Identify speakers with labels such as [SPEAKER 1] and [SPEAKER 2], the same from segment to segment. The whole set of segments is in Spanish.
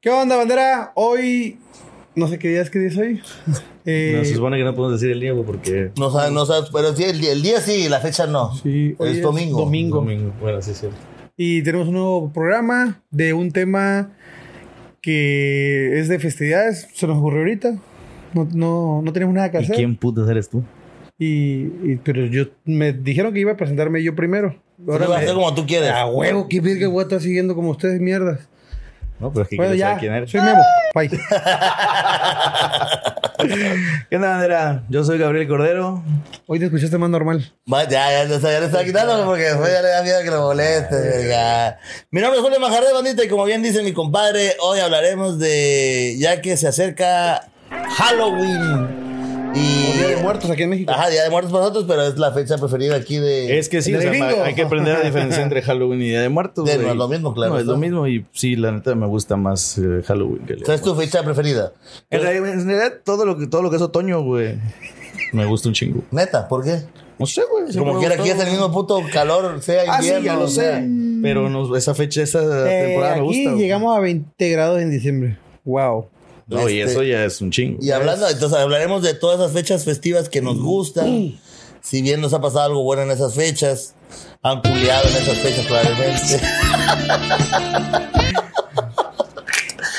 [SPEAKER 1] ¿Qué onda, bandera? Hoy. No sé qué día es, qué día es hoy. Eh,
[SPEAKER 2] No, se supone que no podemos decir el día güey, porque.
[SPEAKER 3] No sabes, no sabes, pero sí, el, día- el día sí, la fecha no.
[SPEAKER 1] sí, hoy
[SPEAKER 3] es domingo.
[SPEAKER 1] Domingo.
[SPEAKER 2] Domingo. Bueno, sí, es cierto.
[SPEAKER 1] Y tenemos un nuevo programa de un tema que es de festividades. Se nos ocurrió ahorita. No, no, no tenemos nada que
[SPEAKER 2] ¿Y
[SPEAKER 1] hacer.
[SPEAKER 2] quién putas eres tú?
[SPEAKER 1] Y, y- pero yo me dijeron que iba a presentarme yo primero.
[SPEAKER 3] Tú lo vas a
[SPEAKER 1] me-
[SPEAKER 3] hacer como tú quieres.
[SPEAKER 1] a huevo, qué verga voy a estar siguiendo como ustedes mierdas.
[SPEAKER 2] No, pero es que
[SPEAKER 1] Bueno,
[SPEAKER 2] quiero
[SPEAKER 1] ya.
[SPEAKER 2] saber quién eres.
[SPEAKER 1] Soy Memo. Bye.
[SPEAKER 2] ¿Qué onda, bandera? Yo soy Gabriel Cordero.
[SPEAKER 1] Hoy te escuchaste más normal.
[SPEAKER 3] Va, ya, ya, ya, ya le estaba quitándolo porque después ya le da miedo que lo moleste, verga. Mi nombre es Julio Majarre, bandita, y como bien dice mi compadre, hoy hablaremos de. Ya que se acerca Halloween. Y.
[SPEAKER 1] Día de muertos aquí en México.
[SPEAKER 3] Ajá, Día de Muertos para nosotros, pero es la fecha preferida aquí de.
[SPEAKER 2] Es que sí,
[SPEAKER 1] ¿De
[SPEAKER 2] o sea,
[SPEAKER 1] gringo?
[SPEAKER 2] ma- hay que aprender a diferenciar entre Halloween y Día de Muertos.
[SPEAKER 3] De- no
[SPEAKER 2] güey.
[SPEAKER 3] es lo mismo, claro,
[SPEAKER 2] No, es lo
[SPEAKER 3] está.
[SPEAKER 2] mismo y sí, la neta me gusta más eh, Halloween que el Día
[SPEAKER 3] ¿Sabes
[SPEAKER 2] de
[SPEAKER 3] tu fecha preferida?
[SPEAKER 2] Muertos. En realidad, en realidad, todo lo, que, todo lo que es otoño, güey, me gusta un chingo.
[SPEAKER 3] Neta, ¿por qué?
[SPEAKER 2] No sé, güey. siempre
[SPEAKER 3] Como
[SPEAKER 2] me
[SPEAKER 3] quiera,
[SPEAKER 2] gustó.
[SPEAKER 3] aquí es el mismo puto calor, sea
[SPEAKER 2] Ah,
[SPEAKER 3] invierno.
[SPEAKER 2] sí, ya lo sé. Pero no- esa fecha, esa
[SPEAKER 1] Eh,
[SPEAKER 2] temporada me
[SPEAKER 1] aquí
[SPEAKER 2] gusta. güey.
[SPEAKER 1] llegamos a 20 grados en diciembre. Wow.
[SPEAKER 2] No, y
[SPEAKER 3] Este-
[SPEAKER 2] eso ya es un chingo.
[SPEAKER 3] Y hablando, entonces hablaremos de todas esas fechas festivas que nos gustan. Si bien nos ha pasado algo bueno en esas fechas, han culiado en esas fechas probablemente.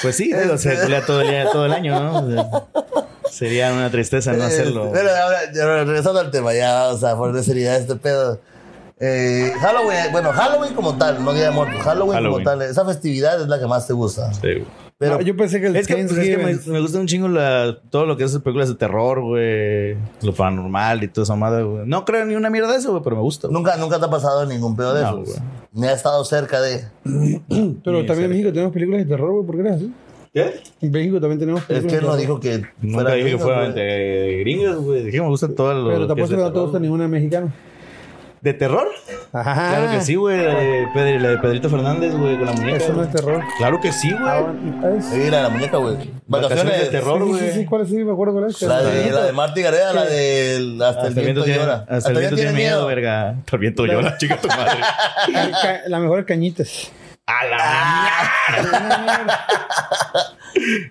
[SPEAKER 2] Pues sí, digo, se culea todo el, día- todo el año, ¿no? O sea, sería una tristeza no hacerlo.
[SPEAKER 3] Este, Pero ahora, ya, ahora, regresando al tema, ya vamos a poner seriedad a este pedo. Eh, Halloween, bueno, Halloween como tal, no Día de Muertos, Halloween,
[SPEAKER 2] Halloween.
[SPEAKER 3] como tal, esa festividad es la que más te gusta.
[SPEAKER 2] Sí, güey.
[SPEAKER 3] Pero
[SPEAKER 1] Ah, yo pensé que el
[SPEAKER 2] Es que, pues, es que
[SPEAKER 1] Thanksgiving-
[SPEAKER 2] me, me gusta un chingo la- todo lo que es películas de terror, güey. Lo paranormal y toda esa madre, güey. No creo en ni una mierda de eso, güey, pero me gusta. güey.
[SPEAKER 3] nunca, nunca te ha pasado ningún pedo de
[SPEAKER 2] No,
[SPEAKER 3] esos.
[SPEAKER 2] güey.
[SPEAKER 3] Ni ha estado cerca de.
[SPEAKER 1] Pero
[SPEAKER 2] Ni
[SPEAKER 1] también en
[SPEAKER 2] cerca.
[SPEAKER 1] México tenemos películas de terror, güey. ¿Por qué eres así?
[SPEAKER 2] ¿Qué?
[SPEAKER 1] En México también tenemos
[SPEAKER 3] Es
[SPEAKER 1] películas
[SPEAKER 3] que él no
[SPEAKER 1] de terror.
[SPEAKER 3] dijo que
[SPEAKER 2] Nunca dije que
[SPEAKER 3] gringo,
[SPEAKER 2] fueran
[SPEAKER 3] güey.
[SPEAKER 2] de gringos, güey. Dije que me gusta todo lo
[SPEAKER 1] Pero
[SPEAKER 2] que
[SPEAKER 1] tampoco
[SPEAKER 2] es de
[SPEAKER 1] se no te
[SPEAKER 2] terror.
[SPEAKER 1] gusta ninguna mexicana.
[SPEAKER 2] ¿De terror?
[SPEAKER 1] Ajá.
[SPEAKER 2] Claro que sí, güey. La de, Pedri- la de Pedrito Fernández, güey, con la muñeca.
[SPEAKER 1] Ah. Eso no
[SPEAKER 2] güey.
[SPEAKER 1] es terror.
[SPEAKER 2] Claro que sí, güey.
[SPEAKER 1] Ah, bueno, ¿sabes?
[SPEAKER 3] Sí, la de la muñeca, güey.
[SPEAKER 2] Vacaciones de
[SPEAKER 3] Vacaciones
[SPEAKER 2] terror.
[SPEAKER 1] Sí, sí,
[SPEAKER 2] güey.
[SPEAKER 1] sí, sí, ¿cuál es? Sí, me acuerdo cuál es.
[SPEAKER 3] La de, la de Marty Gareda, la de el- Hasta, el viento,
[SPEAKER 2] tiene,
[SPEAKER 3] llora.
[SPEAKER 2] hasta el viento tiene miedo, verga. Hasta el viento llora, chica tu madre.
[SPEAKER 1] Ca- ca- la mejor cañitas.
[SPEAKER 2] A la mierda.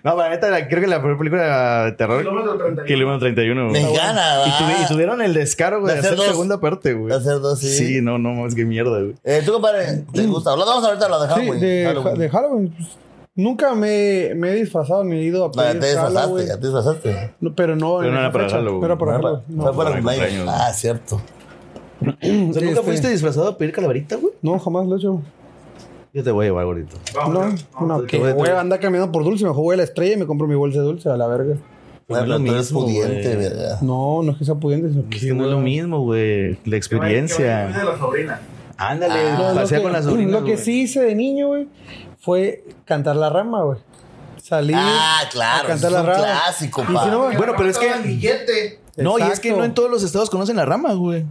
[SPEAKER 2] No, para la neta, la- creo que la peor película de terror. Kilómetro 31. güey. Ah,
[SPEAKER 3] Mexicana,
[SPEAKER 2] Y, tuvi-
[SPEAKER 3] va.
[SPEAKER 2] y tuvieron el descaro, güey, de
[SPEAKER 3] De hacer
[SPEAKER 2] hacer
[SPEAKER 3] dos.
[SPEAKER 2] segunda parte, güey.
[SPEAKER 3] De hacer dos, sí.
[SPEAKER 2] Sí, no, no, es que mierda, güey.
[SPEAKER 3] Eh, tú, compadre, ¿te gusta? Hablamos vamos ahorita de la de
[SPEAKER 1] Sí,
[SPEAKER 3] Halloween.
[SPEAKER 1] de
[SPEAKER 3] Halloween.
[SPEAKER 1] de Halloween. pues, Nunca me, me he disfrazado ni he ido a
[SPEAKER 3] No, ya
[SPEAKER 1] pedir
[SPEAKER 3] te disfrazaste,
[SPEAKER 1] Halloween.
[SPEAKER 3] ya te disfrazaste.
[SPEAKER 1] No, pero no,
[SPEAKER 2] Pero
[SPEAKER 1] en
[SPEAKER 2] no era
[SPEAKER 1] esa
[SPEAKER 2] para
[SPEAKER 1] fecha.
[SPEAKER 2] Halloween.
[SPEAKER 1] No era para
[SPEAKER 3] Fue
[SPEAKER 1] Halloween. No,
[SPEAKER 3] fue para
[SPEAKER 2] para
[SPEAKER 3] el cumpleaños.
[SPEAKER 2] cumpleaños.
[SPEAKER 3] Ah, cierto.
[SPEAKER 2] O sea, ¿nunca
[SPEAKER 1] Este-
[SPEAKER 2] fuiste disfrazado a pedir calaverita, güey?
[SPEAKER 1] no, jamás lo he hecho.
[SPEAKER 2] Yo te voy a llevar, gordito.
[SPEAKER 1] No, no, que voy a andar caminando por dulce. Mejor voy a la estrella y me compro mi bolsa de dulce a la verga.
[SPEAKER 2] Pero no es
[SPEAKER 3] Bueno,
[SPEAKER 2] lo
[SPEAKER 3] tú eres
[SPEAKER 2] mismo,
[SPEAKER 3] pudiente,
[SPEAKER 2] güey.
[SPEAKER 3] ¿verdad?
[SPEAKER 1] No, no es que sea pudiente, sino que
[SPEAKER 2] Es que no es lo mismo, güey. La experiencia.
[SPEAKER 4] la sobrina.
[SPEAKER 2] Ándale,
[SPEAKER 3] Ah.
[SPEAKER 1] No, lo
[SPEAKER 2] pasear
[SPEAKER 1] que-
[SPEAKER 2] con las sobrinas.
[SPEAKER 1] Lo que
[SPEAKER 2] güey.
[SPEAKER 1] sí hice de niño, güey, fue cantar la rama, güey. Salir.
[SPEAKER 3] Ah, claro,
[SPEAKER 1] a cantar
[SPEAKER 3] es
[SPEAKER 1] la
[SPEAKER 3] un
[SPEAKER 1] rama.
[SPEAKER 3] clásico,
[SPEAKER 1] Y
[SPEAKER 3] pa.
[SPEAKER 1] si no, güey,
[SPEAKER 2] Bueno, pero es que.
[SPEAKER 4] Billete.
[SPEAKER 2] No, y es que
[SPEAKER 1] Exacto.
[SPEAKER 2] no en todos los estados conocen la rama, güey.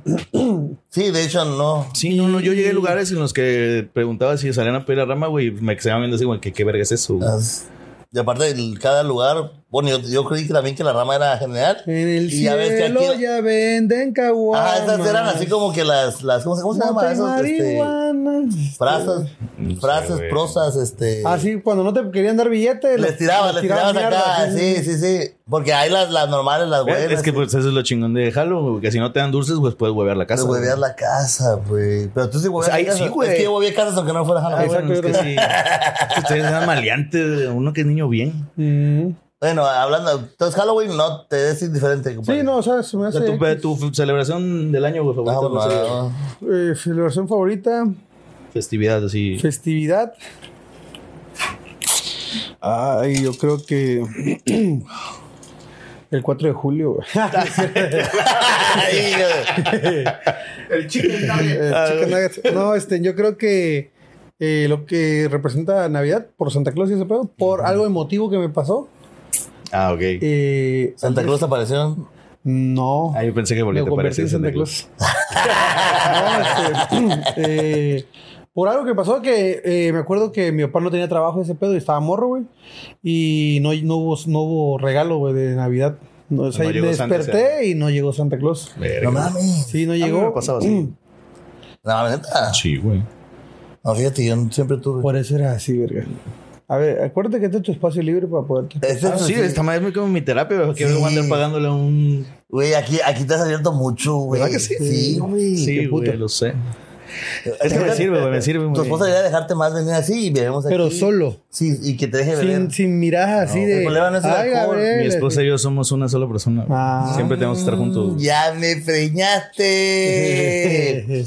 [SPEAKER 3] Sí, de hecho, no.
[SPEAKER 2] Sí, no, no. Yo llegué a lugares en los que preguntaba si salían a pedir la rama, güey. y Me quedaban viendo así, güey, ¿qué, qué verga es eso, güey?
[SPEAKER 3] As- Y aparte, el- cada lugar. Bueno, yo, yo creí que también que la rama era general.
[SPEAKER 1] En el
[SPEAKER 3] y ya ves que
[SPEAKER 1] cielo
[SPEAKER 3] aquí.
[SPEAKER 1] ya venden caguamas.
[SPEAKER 3] Ajá, estas eran así como que las. las ¿Cómo, se- cómo se
[SPEAKER 1] Mate
[SPEAKER 3] llama? Esos, este,
[SPEAKER 1] marihuana.
[SPEAKER 3] frases,
[SPEAKER 2] No sé,
[SPEAKER 3] frases,
[SPEAKER 2] güey.
[SPEAKER 3] prosas, este.
[SPEAKER 1] Así, cuando no te querían dar billetes.
[SPEAKER 3] Les tirabas, les tirabas acá, sí, sí, sí. Porque hay las, las normales, las buenas.
[SPEAKER 2] es que
[SPEAKER 3] sí.
[SPEAKER 2] pues eso es lo chingón de Halloween, güey, que si no te dan dulces, pues puedes huevear la
[SPEAKER 3] Te
[SPEAKER 2] casa.
[SPEAKER 3] hueveas la casa, güey. Pero tú sí hueveas
[SPEAKER 2] sea, ahí
[SPEAKER 3] casas.
[SPEAKER 2] sí, güey.
[SPEAKER 3] Es que yo hueveé casas aunque no fuera
[SPEAKER 2] Ah,
[SPEAKER 3] Halloween.
[SPEAKER 2] bueno, es que
[SPEAKER 1] Exacto,
[SPEAKER 2] sí. Es que Ustedes eran maleantes, güey, uno que es niño bien.
[SPEAKER 1] Mm.
[SPEAKER 3] Bueno, hablando, entonces Halloween no te es indiferente, compadre.
[SPEAKER 1] Ah, Sí, no, o sea, se me
[SPEAKER 2] O
[SPEAKER 1] hace.
[SPEAKER 2] sea, tu, tu celebración del año, güey,
[SPEAKER 3] Ah,
[SPEAKER 2] favorita, no
[SPEAKER 3] bueno,
[SPEAKER 2] sé,
[SPEAKER 3] no.
[SPEAKER 1] Eh, celebración favorita,
[SPEAKER 2] festividad así.
[SPEAKER 1] festividad. Ay, yo creo que el 4 de julio. güey.
[SPEAKER 3] Ay, güey.
[SPEAKER 4] El chicken nugget.
[SPEAKER 3] Ah,
[SPEAKER 1] Eh, chicken nuggets. No, este, yo creo que eh, lo que representa Navidad por Santa Claus y ese pedo, por algo emotivo que me pasó.
[SPEAKER 2] Ah, ok.
[SPEAKER 1] eh,
[SPEAKER 3] Santa Claus apareció.
[SPEAKER 1] no.
[SPEAKER 2] Ah, yo pensé que
[SPEAKER 1] Me
[SPEAKER 2] porque te
[SPEAKER 1] convertí
[SPEAKER 2] parecía
[SPEAKER 1] en Santa Claus. No, este, eh, por algo que pasó que eh, me acuerdo que mi papá no tenía trabajo ese pedo y estaba morro, güey. Y no, no, hubo, no hubo regalo, güey, de Navidad. No, o sea,
[SPEAKER 2] No
[SPEAKER 1] y
[SPEAKER 2] llegó
[SPEAKER 1] me
[SPEAKER 2] Santa,
[SPEAKER 1] desperté
[SPEAKER 2] o
[SPEAKER 1] y no llegó Santa Claus.
[SPEAKER 2] Verga.
[SPEAKER 3] No mames.
[SPEAKER 1] Sí, no
[SPEAKER 2] A mí
[SPEAKER 1] llegó.
[SPEAKER 2] me pasaba así.
[SPEAKER 3] No mames, neta.
[SPEAKER 2] Sí, güey.
[SPEAKER 3] No, fíjate, yo siempre tuve.
[SPEAKER 1] Por eso era así, verga. A ver, acuérdate que este es tu espacio libre para poder.
[SPEAKER 3] Este es-
[SPEAKER 2] Ah, sí, esta madre es como mi terapia, güey, que
[SPEAKER 3] Sí.
[SPEAKER 2] voy a andar pagándole un.
[SPEAKER 3] Güey, aquí, aquí te has abierto mucho, güey.
[SPEAKER 2] ¿Verdad que sí?
[SPEAKER 3] Sí, güey.
[SPEAKER 2] Sí,
[SPEAKER 1] qué puto.
[SPEAKER 2] güey, lo sé. Es que me sirve, güey, me sirve.
[SPEAKER 3] Tu
[SPEAKER 2] güey.
[SPEAKER 3] esposa debería dejarte más venir así y veremos aquí.
[SPEAKER 1] Pero solo.
[SPEAKER 3] Sí, y que te deje
[SPEAKER 1] Sin,
[SPEAKER 3] beber.
[SPEAKER 1] sin miradas así de.
[SPEAKER 3] el problema no es el
[SPEAKER 1] "Ay,
[SPEAKER 3] alcohol,
[SPEAKER 1] Gabriel, este".
[SPEAKER 2] Mi esposa y yo somos una sola persona. güey.
[SPEAKER 1] Ah.
[SPEAKER 2] Siempre tenemos que estar juntos. güey.
[SPEAKER 3] Mm, Ya me preñaste.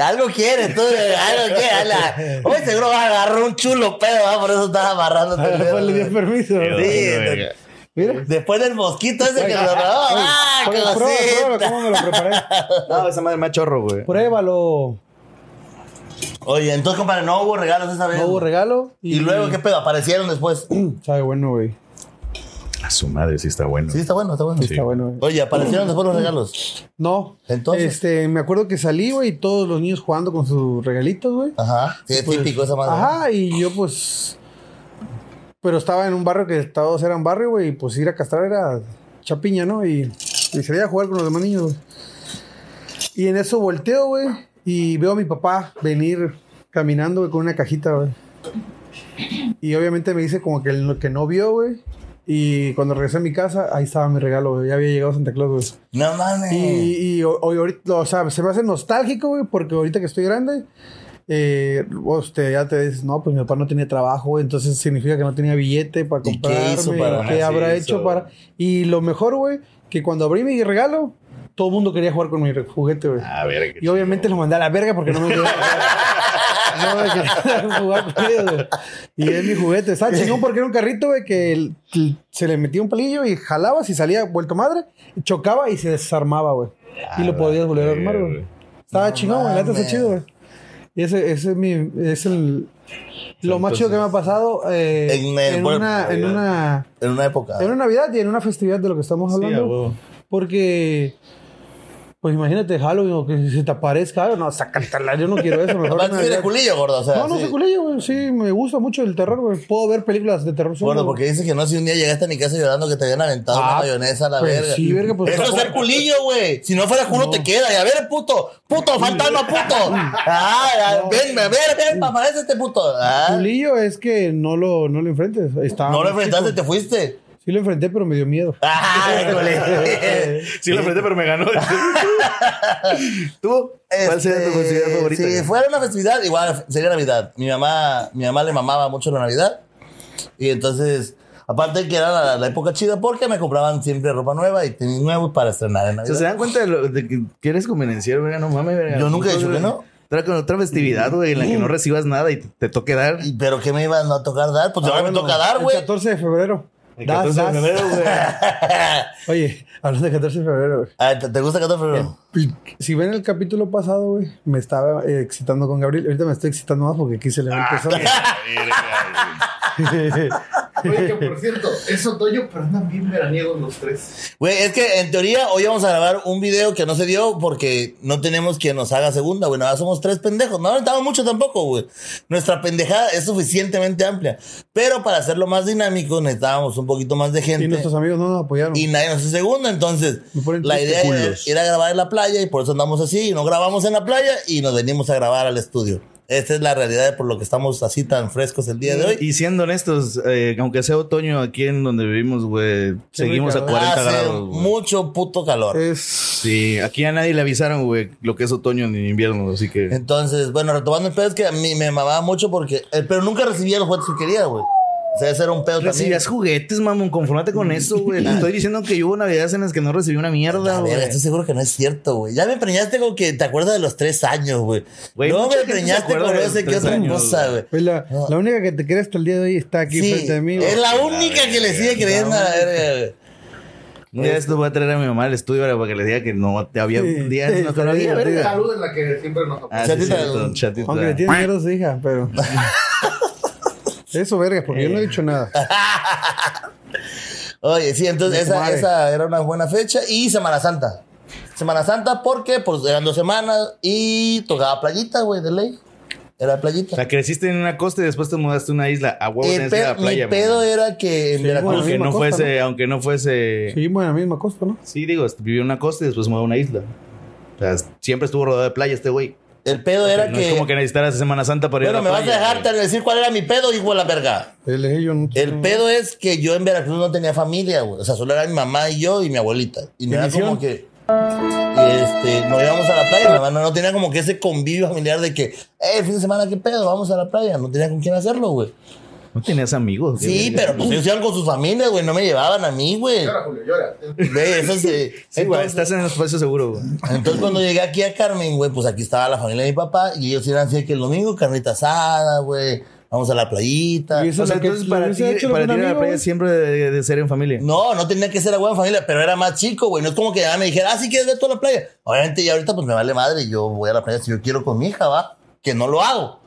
[SPEAKER 3] algo quieres tú, güey, algo quieres. ala. Hoy seguro vas a agarrar un chulo pedo, ¿va? por eso estás amarrando
[SPEAKER 1] A ver, pues, le dio permiso.
[SPEAKER 3] Sí,
[SPEAKER 2] verga.
[SPEAKER 1] Mira.
[SPEAKER 3] Después del mosquito ese que lo robó. ¡Ah,
[SPEAKER 1] Oye, prueba, prueba,
[SPEAKER 3] cosita!
[SPEAKER 1] ¿Cómo me lo preparé?
[SPEAKER 2] No, esa madre me chorro, güey.
[SPEAKER 1] Pruébalo.
[SPEAKER 3] Oye, entonces, compadre, no hubo regalos esa vez.
[SPEAKER 1] No hubo regalo.
[SPEAKER 3] Y, luego, ¿qué pedo? Aparecieron después. Sí,
[SPEAKER 1] Sabe bueno, güey.
[SPEAKER 2] A su madre, sí está bueno.
[SPEAKER 3] está bueno, está bueno.
[SPEAKER 1] Está bueno, güey.
[SPEAKER 3] Oye, aparecieron después los regalos.
[SPEAKER 1] No.
[SPEAKER 3] Entonces.
[SPEAKER 1] Este, me acuerdo que salí, güey, y todos los niños jugando con sus regalitos, güey.
[SPEAKER 3] Ajá. Sí, es
[SPEAKER 1] Pues,
[SPEAKER 3] típico esa madre.
[SPEAKER 1] Ajá, y yo pues. Pero estaba en un barrio que todos eran barrio, güey, y pues ir a castrar era chapiña, ¿no? Y, y salía a jugar con los demás niños, güey. Y en eso volteo, güey, y veo a mi papá venir caminando, güey, con una cajita, güey. Y obviamente me dice como que, el- que no vio, güey. Y cuando regresé a mi casa, ahí estaba mi regalo, güey. Ya había llegado Santa Claus, güey.
[SPEAKER 3] No mames.
[SPEAKER 1] Y, y o- o- ahorita, o sea, se me hace nostálgico, güey, porque ahorita que estoy grande, eh, vos te- ya te dices, no, pues mi papá no tenía trabajo, güey, entonces significa que no tenía billete para
[SPEAKER 3] ¿Y qué
[SPEAKER 1] comprarme,
[SPEAKER 3] hizo para-
[SPEAKER 1] qué
[SPEAKER 2] sí,
[SPEAKER 1] habrá
[SPEAKER 2] eso.
[SPEAKER 1] hecho para... Y lo mejor, güey, que cuando abrí mi regalo, todo el mundo quería jugar con mi re- juguete,
[SPEAKER 3] Ah,
[SPEAKER 1] güey.
[SPEAKER 2] A ver, qué
[SPEAKER 1] Y obviamente lo mandé a la verga porque no me quería No me quería jugar con ellos, güey. Y es mi juguete. Estaba chingón porque era un carrito, güey, que el- el- se le metía un palillo y jalabas y salía vuelto madre, chocaba y se desarmaba, güey. Y lo podías volver a armar, güey. Estaba chingón, güey. La neta está
[SPEAKER 3] mames.
[SPEAKER 1] chido, güey. Y ese, ese es mi. Es el. Lo más chido que me ha pasado eh,
[SPEAKER 3] En el
[SPEAKER 1] en,
[SPEAKER 3] pueblo,
[SPEAKER 1] una, en,
[SPEAKER 3] Navidad.
[SPEAKER 1] una,
[SPEAKER 3] En una época.
[SPEAKER 1] en una Navidad y en una festividad de lo que estamos
[SPEAKER 2] Sí, a
[SPEAKER 1] hablando.
[SPEAKER 2] huevo.
[SPEAKER 1] Porque, pues imagínate Halloween o que se te aparezca algo. No, sácatela, yo no quiero eso. Mejor
[SPEAKER 3] Aparte, tú eres
[SPEAKER 1] Navidad.
[SPEAKER 3] culillo, gordo. O sea,
[SPEAKER 1] no, no
[SPEAKER 3] sí.
[SPEAKER 1] soy culillo, güey. Sí, me gusta mucho el terror, güey. Puedo ver películas de terror. solo,
[SPEAKER 3] Gordo,
[SPEAKER 1] güey.
[SPEAKER 3] porque dices que no, si un día llegaste a mi casa llorando que te habían aventado
[SPEAKER 1] Ah,
[SPEAKER 3] una mayonesa a la
[SPEAKER 1] pues
[SPEAKER 3] verga.
[SPEAKER 1] sí, verga, pues
[SPEAKER 3] Eso es
[SPEAKER 1] tampoco-
[SPEAKER 3] ser culillo, güey. Si no fuera culo, te queda. Y a ver, puto, puto, fantasma, puto. Ah, ah, ven, a ver, ven, aparecete, puto. Ah,
[SPEAKER 1] Culillo Ah, es que no lo, no lo enfrentes. Estaba
[SPEAKER 3] no lo
[SPEAKER 1] muy
[SPEAKER 3] enfrentaste,
[SPEAKER 1] chico.
[SPEAKER 3] te fuiste.
[SPEAKER 1] Sí lo enfrenté, pero me dio miedo.
[SPEAKER 3] Ah, culillo.
[SPEAKER 2] Sí, lo enfrenté, pero me ganó. ¿Tú? ¿Cuál sería tu
[SPEAKER 3] Este,
[SPEAKER 2] festividad favorita?
[SPEAKER 3] Si fuera una festividad, igual sería Navidad. Mi mamá, mi mamá le mamaba mucho la Navidad. Y entonces, aparte que era la, la época chida, porque me compraban siempre ropa nueva y tenis nuevos para estrenar en
[SPEAKER 2] O sea, ¿se
[SPEAKER 3] Navidad.
[SPEAKER 2] dan cuenta de, lo- de que, que eres convenenciero, verga? No mames, verga.
[SPEAKER 3] Yo nunca he
[SPEAKER 2] Puto,
[SPEAKER 3] dicho que
[SPEAKER 2] verga.
[SPEAKER 3] no.
[SPEAKER 2] Trae con otra festividad, güey, en la que no recibas nada y te, te toque dar.
[SPEAKER 3] Y- Pero ¿qué me iban a tocar dar? Pues ahora me
[SPEAKER 1] Ah, bueno,
[SPEAKER 3] toca dar, güey.
[SPEAKER 1] El 14 de febrero.
[SPEAKER 2] El
[SPEAKER 1] Das,
[SPEAKER 2] 14 de
[SPEAKER 1] das.
[SPEAKER 2] febrero, güey.
[SPEAKER 1] Oye, hablando de 14 de febrero, güey.
[SPEAKER 3] Ah, ¿te, te gusta 14 de febrero?
[SPEAKER 1] Si ven el capítulo pasado, güey, me estaba eh, excitando con Gabriel. Ahorita me estoy excitando más porque quise leer
[SPEAKER 3] Ah,
[SPEAKER 1] el tesoro.
[SPEAKER 4] Oye, que por cierto, es otoño, pero andan bien veraniegos los tres.
[SPEAKER 3] Güey, es que en teoría hoy vamos a grabar un video que no se dio porque no tenemos quien nos haga segunda, güey. Nada, más somos tres pendejos. No necesitamos mucho tampoco, güey. Nuestra pendejada es suficientemente amplia. Pero para hacerlo más dinámico necesitábamos un poquito más de gente.
[SPEAKER 1] Y
[SPEAKER 3] Y,
[SPEAKER 1] nuestros amigos no nos apoyaron.
[SPEAKER 3] nadie nos hace segunda, entonces
[SPEAKER 1] Me ponen
[SPEAKER 3] la idea era
[SPEAKER 2] culos.
[SPEAKER 3] ir a grabar en la playa y por eso andamos así. Y no grabamos en la playa y nos venimos a grabar al estudio. Esta es la realidad de por lo que estamos así tan frescos el día de hoy.
[SPEAKER 2] Y siendo honestos, eh, aunque sea otoño aquí en donde vivimos, güey, seguimos a
[SPEAKER 1] calor.
[SPEAKER 2] 40
[SPEAKER 3] Hace
[SPEAKER 2] grados. güey.
[SPEAKER 3] Ah, mucho puto calor.
[SPEAKER 1] Es
[SPEAKER 2] Sí, aquí a nadie le avisaron, güey, lo que es otoño ni invierno, así que.
[SPEAKER 3] Entonces, bueno, retomando el pedo, es que a mí me mamaba mucho porque. eh, pero nunca recibía los juguetes que quería, güey. O sea, ese era un pedo
[SPEAKER 2] Recibías
[SPEAKER 3] también. Mm. Ah.
[SPEAKER 2] juguetes, mamón, conformate con eso, güey. Te estoy diciendo que yo hubo navidades en las que no recibí una mierda,
[SPEAKER 3] A ver,
[SPEAKER 2] güey.
[SPEAKER 3] estoy seguro que no es cierto, güey. Ya me preñaste con que te acuerdas de los tres años, güey.
[SPEAKER 2] Güey,
[SPEAKER 3] No
[SPEAKER 2] mucha
[SPEAKER 3] me
[SPEAKER 2] gente se
[SPEAKER 3] preñaste
[SPEAKER 2] acuerda
[SPEAKER 3] con
[SPEAKER 2] de
[SPEAKER 3] no
[SPEAKER 2] los
[SPEAKER 3] sé qué
[SPEAKER 2] tres
[SPEAKER 3] otra
[SPEAKER 2] años,
[SPEAKER 3] cosa, güey.
[SPEAKER 1] es la, la única que te queda hasta el día de hoy está aquí
[SPEAKER 3] Sí,
[SPEAKER 1] frente a mí. güey.
[SPEAKER 3] es la única que le sigue creyendo a la verga, güey.
[SPEAKER 2] Un día esto voy a traer a mi mamá al estudio güey, para que le diga que no te había
[SPEAKER 1] Sí,
[SPEAKER 2] un día no te lo había,
[SPEAKER 1] estaría
[SPEAKER 2] verga.
[SPEAKER 1] divertido.
[SPEAKER 4] Salud en la que siempre nos
[SPEAKER 2] Ah, sí,
[SPEAKER 3] Chatita.
[SPEAKER 2] cierto, chatita.
[SPEAKER 1] Aunque le tiene miedo a su hija, pero. Eso, verga, porque yo no he dicho nada.
[SPEAKER 3] Oye, sí, entonces
[SPEAKER 1] Mi
[SPEAKER 3] esa,
[SPEAKER 1] comadre.
[SPEAKER 3] esa era una buena fecha. Y Semana Santa. Semana Santa porque pues, eran dos semanas y tocaba playita, güey, de ley. Era
[SPEAKER 2] O
[SPEAKER 3] playita.
[SPEAKER 2] sea, creciste en una costa y después te mudaste a una isla. A huevo
[SPEAKER 3] El
[SPEAKER 2] tenías que ir a la
[SPEAKER 3] pe-
[SPEAKER 2] playa.
[SPEAKER 3] mi pedo
[SPEAKER 2] mamá.
[SPEAKER 3] era que en
[SPEAKER 1] Sí,
[SPEAKER 3] Veracruz.
[SPEAKER 1] bueno,
[SPEAKER 2] aunque,
[SPEAKER 1] la
[SPEAKER 2] no
[SPEAKER 1] misma costa,
[SPEAKER 2] fuese, aunque no fuese. Sí,
[SPEAKER 1] Seguimos en la misma costa, ¿no?
[SPEAKER 2] digo, vivió en una costa y después se mudó a una isla. O sea, siempre estuvo rodeado de playa este güey.
[SPEAKER 3] El pedo era
[SPEAKER 2] no
[SPEAKER 3] que.
[SPEAKER 2] es como que necesitaras Semana Santa para ir
[SPEAKER 3] Bueno,
[SPEAKER 2] a
[SPEAKER 3] me
[SPEAKER 2] la
[SPEAKER 3] vas a
[SPEAKER 2] playa,
[SPEAKER 3] dejar
[SPEAKER 2] güey.
[SPEAKER 3] tan decir cuál era mi pedo, hijo de la verga.
[SPEAKER 1] El ello no-
[SPEAKER 3] El pedo es que yo en Veracruz no tenía familia, güey. O sea, solo era mi mamá y yo y mi abuelita. Y no
[SPEAKER 1] ¿Y
[SPEAKER 3] era
[SPEAKER 1] misión?
[SPEAKER 3] como que. Este, no íbamos a la playa, mi mamá no, no tenía como que ese convivio familiar de que, eh, el fin de semana, qué pedo, vamos a la playa. No tenía con quién hacerlo, güey.
[SPEAKER 2] No tenías amigos. güey.
[SPEAKER 3] Sí, pero pues ellos iban con sus familias, güey, no me llevaban a mí, güey.
[SPEAKER 4] Llora, Julio, llora.
[SPEAKER 3] Ve, eso eh, se.
[SPEAKER 2] Sí, güey,
[SPEAKER 3] pues, entonces-
[SPEAKER 2] estás en el espacio seguro, güey.
[SPEAKER 3] entonces cuando llegué aquí a Carmen, güey, pues aquí estaba la familia de mi papá y ellos eran así que el domingo carnita asada, güey, vamos a la playita.
[SPEAKER 1] Y eso
[SPEAKER 2] O
[SPEAKER 1] es
[SPEAKER 2] sea,
[SPEAKER 1] lo que
[SPEAKER 2] entonces
[SPEAKER 1] le
[SPEAKER 2] para ti,
[SPEAKER 1] hubiese hecho
[SPEAKER 2] para ti
[SPEAKER 1] algún
[SPEAKER 2] ir a la
[SPEAKER 1] amigo,
[SPEAKER 2] playa
[SPEAKER 1] güey.
[SPEAKER 2] siempre de, de ser en familia.
[SPEAKER 3] No, no tenía que ser a buena familia, pero era más chico, güey. No es como que ya me dijera, ah, sí quieres ver toda la playa. Obviamente, ya ahorita pues me vale madre. Yo voy a la playa si yo quiero con mi hija, va. Que no lo hago.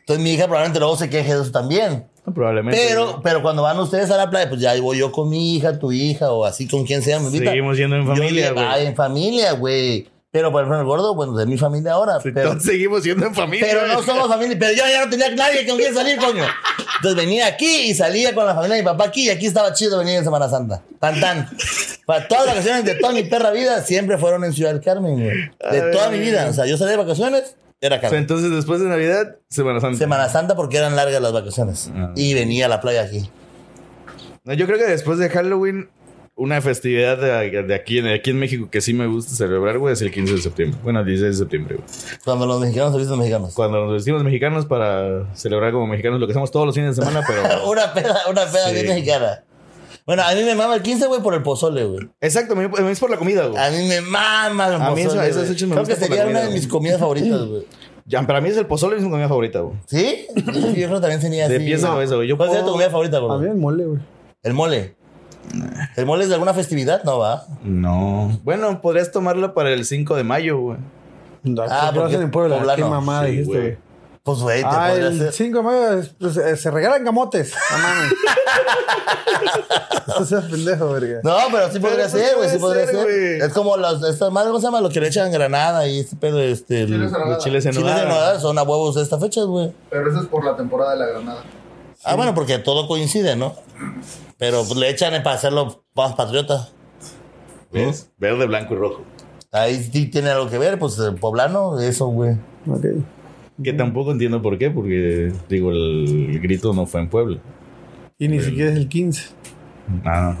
[SPEAKER 3] Entonces mi hija probablemente luego se queje de eso también.
[SPEAKER 2] Probablemente.
[SPEAKER 3] Pero, pero cuando van ustedes a la playa, pues ya ahí voy yo con mi hija, tu hija o así con quien sea, me invita.
[SPEAKER 2] Seguimos yendo en
[SPEAKER 3] Yo
[SPEAKER 2] familia,
[SPEAKER 3] llevo-
[SPEAKER 2] güey.
[SPEAKER 3] ah, en familia, güey. Pero por ejemplo, el gordo, bueno, de mi familia ahora. pero,
[SPEAKER 2] Entonces seguimos siendo en familia.
[SPEAKER 3] pero no
[SPEAKER 2] güey.
[SPEAKER 3] somos familia. Pero yo ya no tenía nadie con quien salir, coño. Entonces venía aquí y salía con la familia de mi papá aquí. Y aquí estaba chido venir en Semana Santa. Tan, tan. Para todas las vacaciones de toda mi perra vida siempre fueron en Ciudad del Carmen, güey. De
[SPEAKER 2] Ay.
[SPEAKER 3] toda mi vida. O sea, yo salía de vacaciones, era
[SPEAKER 2] O sea,
[SPEAKER 3] Carmen.
[SPEAKER 2] entonces después de Navidad, Semana Santa.
[SPEAKER 3] Semana Santa porque eran largas las vacaciones.
[SPEAKER 2] Ah.
[SPEAKER 3] Y venía a la playa aquí.
[SPEAKER 2] No, yo creo que después de Halloween, una festividad de, de aquí, de aquí en México que sí me gusta celebrar, güey, es el 15 de septiembre. Bueno, el 16 de septiembre, güey.
[SPEAKER 3] Cuando los mexicanos se visten mexicanos.
[SPEAKER 2] Cuando nos vestimos mexicanos para celebrar como mexicanos, lo que hacemos todos los fines de semana, pero...
[SPEAKER 3] una peda, una peda
[SPEAKER 2] Sí.
[SPEAKER 3] bien mexicana. Bueno, a mí me mama el 15, güey, por el pozole, güey.
[SPEAKER 2] Exacto, a mí- a mí es por la comida, güey.
[SPEAKER 3] A mí me mama el
[SPEAKER 2] A mí eso-
[SPEAKER 3] pozole,
[SPEAKER 2] esas
[SPEAKER 3] güey.
[SPEAKER 2] hechas me
[SPEAKER 3] Creo que
[SPEAKER 2] gustan por la
[SPEAKER 3] sería una
[SPEAKER 2] comida,
[SPEAKER 3] de
[SPEAKER 2] güey.
[SPEAKER 3] mis comidas favoritas, güey.
[SPEAKER 2] Ya, para mí es el pozole, es mi comida favorita, güey.
[SPEAKER 3] ¿Sí? Yo creo que también tenía así.
[SPEAKER 2] De pieza a cabeza, güey. Yo
[SPEAKER 3] ¿Cuál sería
[SPEAKER 2] puedo-
[SPEAKER 3] tu comida favorita,
[SPEAKER 1] A mí
[SPEAKER 3] güey?
[SPEAKER 1] el Ah, mole, güey.
[SPEAKER 3] El mole. ¿El mole es de alguna festividad? No, va.
[SPEAKER 2] No. Bueno, podrías tomarlo para el 5 de mayo, güey.
[SPEAKER 3] Ah,
[SPEAKER 1] Ah, pero
[SPEAKER 3] porque
[SPEAKER 1] hacen en Puebla.
[SPEAKER 3] poblano.
[SPEAKER 1] Qué mamada
[SPEAKER 2] Sí,
[SPEAKER 1] Ah, dijiste,
[SPEAKER 2] güey.
[SPEAKER 1] güey.
[SPEAKER 3] Pues, güey, te
[SPEAKER 1] Ah,
[SPEAKER 3] podría
[SPEAKER 1] el
[SPEAKER 3] hacer.
[SPEAKER 1] 5 de mayo es- pues, eh, se regalan gamotes. No mames. No seas pendejo, verga.
[SPEAKER 3] No, pero sí podría
[SPEAKER 2] pues,
[SPEAKER 3] ser, güey. Sí
[SPEAKER 2] puede
[SPEAKER 3] podría
[SPEAKER 2] ser,
[SPEAKER 3] ser.
[SPEAKER 2] güey.
[SPEAKER 3] Es como los. Esta madre, ¿cómo se llama? Lo que le echan granada y este pedo, este.
[SPEAKER 4] Chiles
[SPEAKER 3] el-
[SPEAKER 4] a la-
[SPEAKER 2] Los chiles en
[SPEAKER 3] Chiles de
[SPEAKER 2] nogada.
[SPEAKER 3] Nueva son a huevos de estas fechas, güey.
[SPEAKER 4] Pero eso es por la temporada de la granada.
[SPEAKER 3] Ah, bueno, porque todo coincide, ¿no? Pero pues, le echan para hacerlo más patriota.
[SPEAKER 2] ¿Ves? Verde, blanco y rojo.
[SPEAKER 3] Ahí sí tiene algo que ver, pues el poblano, eso, güey.
[SPEAKER 1] Ok.
[SPEAKER 2] Que tampoco entiendo por qué, porque, digo, el grito no fue en Puebla.
[SPEAKER 1] Y ni siquiera es el 15.
[SPEAKER 2] Ah,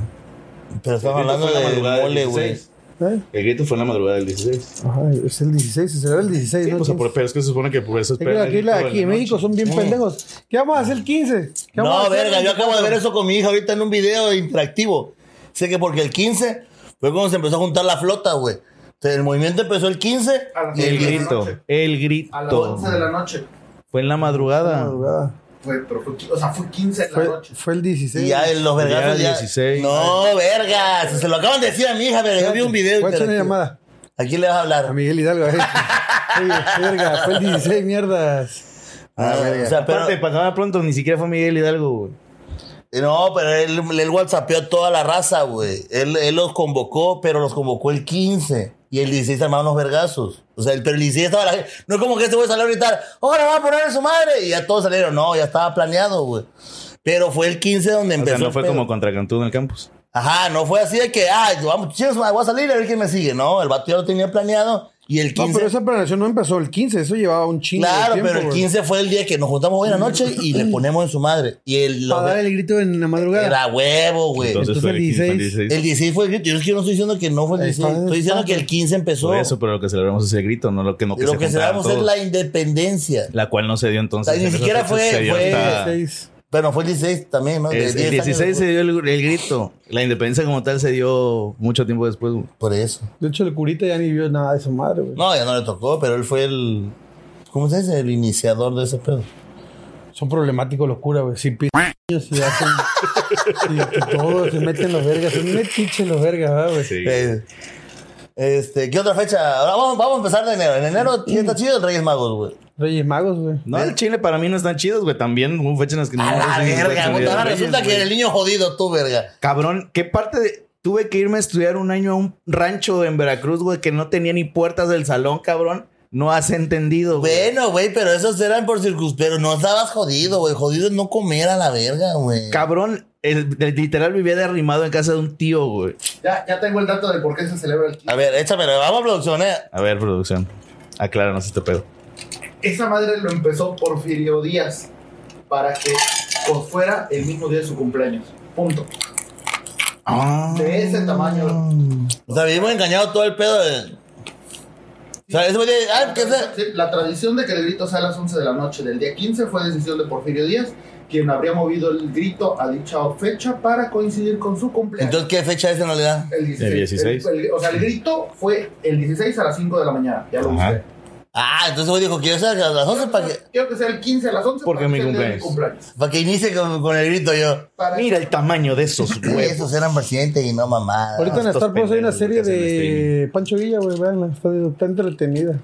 [SPEAKER 2] no.
[SPEAKER 3] Pero estamos
[SPEAKER 2] El grito fue
[SPEAKER 3] hablando
[SPEAKER 2] en la
[SPEAKER 3] de
[SPEAKER 2] madrugada del
[SPEAKER 3] mole, güey.
[SPEAKER 2] 16.
[SPEAKER 1] ¿Eh?
[SPEAKER 2] El grito fue en la madrugada del 16.
[SPEAKER 1] Ajá, es el 16. Se celebra el 16.
[SPEAKER 2] Sí,
[SPEAKER 1] ¿no?
[SPEAKER 2] pues,
[SPEAKER 1] El 15.
[SPEAKER 2] pero Pues, es que se supone que por eso
[SPEAKER 1] Es que la- aquí, la-
[SPEAKER 2] grito
[SPEAKER 1] aquí en
[SPEAKER 2] la
[SPEAKER 1] México
[SPEAKER 2] noche.
[SPEAKER 1] son bien
[SPEAKER 3] Mm.
[SPEAKER 1] pendejos. ¿Qué vamos a hacer el 15? ¿Qué vamos a
[SPEAKER 3] No,
[SPEAKER 1] hacer
[SPEAKER 3] verga,
[SPEAKER 1] el
[SPEAKER 3] yo acabo de ver eso con mi hija ahorita en un video interactivo. Sé que porque el 15 fue cuando se empezó a juntar la flota, güey. Entonces, el movimiento empezó el 15.
[SPEAKER 4] A
[SPEAKER 1] Ah,
[SPEAKER 4] las
[SPEAKER 2] El
[SPEAKER 4] once de la
[SPEAKER 2] grito.
[SPEAKER 4] noche.
[SPEAKER 2] El
[SPEAKER 4] A las
[SPEAKER 2] grito.
[SPEAKER 4] 11 de la noche.
[SPEAKER 2] Fue en la madrugada.
[SPEAKER 1] Ah, madrugada?
[SPEAKER 4] Güey, pero fue, qui- o sea, fue 15 de la
[SPEAKER 1] Fue,
[SPEAKER 4] noche.
[SPEAKER 1] fue el 16.
[SPEAKER 3] Y ya en los
[SPEAKER 2] Ya
[SPEAKER 3] vergazos ya.
[SPEAKER 2] 16.
[SPEAKER 3] No, vergas. Se lo acaban de decir a mi hija, pero yo vi un video.
[SPEAKER 1] ¿Cuál es una
[SPEAKER 3] interactivo.
[SPEAKER 1] llamada?
[SPEAKER 3] ¿A quién le vas a
[SPEAKER 1] A
[SPEAKER 3] hablar?
[SPEAKER 1] Miguel Hidalgo. eh. Oye, verga, fue el 16, mierdas.
[SPEAKER 3] Ah, o sea, pero-
[SPEAKER 2] Aparte, pasaba pronto, ni siquiera fue Miguel Hidalgo, güey.
[SPEAKER 3] No, pero él, él whatsappeó a toda la raza, güey. Él, él los convocó, pero los convocó el 15. Y el 16 armaron los vergazos. O sea, el, pero el 16 estaba la gente. No es como que este güey salió a gritar, ahora va a poner a su madre. Y ya todos salieron. No, ya estaba planeado, güey. Pero fue el 15 donde
[SPEAKER 2] O
[SPEAKER 3] empezó.
[SPEAKER 2] sea, no
[SPEAKER 3] el
[SPEAKER 2] fue
[SPEAKER 3] pedo.
[SPEAKER 2] como contra Cantú en el campus.
[SPEAKER 3] Ajá, no fue así de que, ah, yo, vamos, chicos, voy a salir a ver quién me sigue. No, el vato ya lo tenía planeado. Y el
[SPEAKER 1] No,
[SPEAKER 3] 15.
[SPEAKER 1] pero esa planeación no empezó el 15. Eso llevaba un chingo
[SPEAKER 3] Claro,
[SPEAKER 1] de tiempo.
[SPEAKER 3] pero el
[SPEAKER 1] güey.
[SPEAKER 3] 15 fue el día que nos juntamos hoy en la noche y le ponemos en su madre. Y el.
[SPEAKER 1] Para dar el grito en la madrugada.
[SPEAKER 3] Era huevo, güey.
[SPEAKER 2] Entonces,
[SPEAKER 1] Entonces,
[SPEAKER 2] fue el
[SPEAKER 1] el
[SPEAKER 2] 15, fue el
[SPEAKER 1] 16.
[SPEAKER 2] 16.
[SPEAKER 3] El 16 fue el grito. Yo es que yo no estoy diciendo que no fue el
[SPEAKER 1] Ahí
[SPEAKER 3] 16.
[SPEAKER 1] está,
[SPEAKER 3] Estoy diciendo
[SPEAKER 1] está.
[SPEAKER 3] que el 15 empezó.
[SPEAKER 2] Por eso, pero lo que celebramos es el grito, no lo que no que
[SPEAKER 3] lo
[SPEAKER 2] se
[SPEAKER 3] que
[SPEAKER 2] juntaran
[SPEAKER 3] celebramos es
[SPEAKER 2] todos.
[SPEAKER 3] la independencia.
[SPEAKER 2] La cual no se dio entonces.
[SPEAKER 3] O sea, ni
[SPEAKER 2] En esas
[SPEAKER 3] siquiera
[SPEAKER 2] fechas
[SPEAKER 3] fue-
[SPEAKER 2] se dio
[SPEAKER 3] fue-
[SPEAKER 2] hasta-
[SPEAKER 1] 16.
[SPEAKER 3] Bueno, fue este el 16 también, ¿no? De
[SPEAKER 2] Es-
[SPEAKER 3] 10
[SPEAKER 2] el
[SPEAKER 3] años
[SPEAKER 2] 16 se
[SPEAKER 3] después.
[SPEAKER 2] dio el, el grito. La independencia como tal se dio mucho tiempo después. güey.
[SPEAKER 3] Por eso.
[SPEAKER 1] De hecho, el curita ya ni vio nada de su madre, güey.
[SPEAKER 3] No, ya no le tocó, pero él fue el. ¿Cómo se dice? El iniciador de ese pedo.
[SPEAKER 1] Son problemáticos los curas, güey. Si p niños y hacen. y todo, se meten los vergas. Son metiches los vergas, ¿verdad, güey.
[SPEAKER 2] Sí.
[SPEAKER 3] Eh, este, ¿qué otra fecha? Ahora vamos, vamos a empezar de enero. En enero sí está chido el Reyes Magos, güey.
[SPEAKER 1] Reyes Magos, güey.
[SPEAKER 2] No, el Chile para mí no están chidos, güey. También hubo fechas en las que no.
[SPEAKER 3] A la
[SPEAKER 2] no sé si
[SPEAKER 3] verga,
[SPEAKER 2] fue
[SPEAKER 3] güey. Ahora
[SPEAKER 2] Reyes,
[SPEAKER 3] resulta que
[SPEAKER 2] güey.
[SPEAKER 3] el niño jodido tú, verga.
[SPEAKER 2] Cabrón, ¿qué parte de.? Tuve que irme a estudiar un año a un rancho en Veracruz, güey, que no tenía ni puertas del salón, cabrón. No has entendido, güey.
[SPEAKER 3] Bueno, güey, pero esos eran por circunstancias. Pero no estabas jodido, güey. Jodido es no comer a la verga, güey.
[SPEAKER 2] Cabrón, el- el literal vivía derrimado en casa de un tío, güey.
[SPEAKER 4] Ya, ya tengo el dato de por qué se celebra el 15.
[SPEAKER 2] Ah.
[SPEAKER 3] A ver, échamelo. Vamos a producción, eh.
[SPEAKER 2] A ver, producción. Acláranos este pedo.
[SPEAKER 4] Esa madre lo empezó Porfirio Díaz para que pues, fuera el mismo día de su cumpleaños. Punto. De ese tamaño.
[SPEAKER 3] O sea, vivimos engañado todo el pedo de. O sea, ese güey de- ah, ¿qué es eso?
[SPEAKER 4] Sí, La tradición de que el grito sea a las 11 de la noche del día 15 fue decisión de Porfirio Díaz, quien habría movido el grito a dicha fecha para coincidir con su cumpleaños.
[SPEAKER 3] Entonces, ¿qué fecha es en realidad?
[SPEAKER 4] el 16.
[SPEAKER 2] El 16.
[SPEAKER 4] El- el- o sea, el grito fue el 16 a las 5 de la mañana. Ya lo
[SPEAKER 2] Ajá.
[SPEAKER 4] busqué.
[SPEAKER 3] Ah, entonces voy dijo que yo sea a las 11 para que,
[SPEAKER 4] Quiero que sea el 15 a las 11
[SPEAKER 2] Porque
[SPEAKER 4] para
[SPEAKER 2] mi
[SPEAKER 4] que sea el día de
[SPEAKER 2] cumpleaños.
[SPEAKER 3] para que inicie con, con el grito yo.
[SPEAKER 4] Para
[SPEAKER 2] Mira el tamaño de esos huevos.
[SPEAKER 3] Esos eran presidentes y no mamá.
[SPEAKER 1] Ahorita en
[SPEAKER 2] estos
[SPEAKER 1] Star Plus hay una
[SPEAKER 2] pendejos
[SPEAKER 1] serie
[SPEAKER 2] que hacen
[SPEAKER 1] de Pancho Villa, güey. Veanla, está, está entretenida.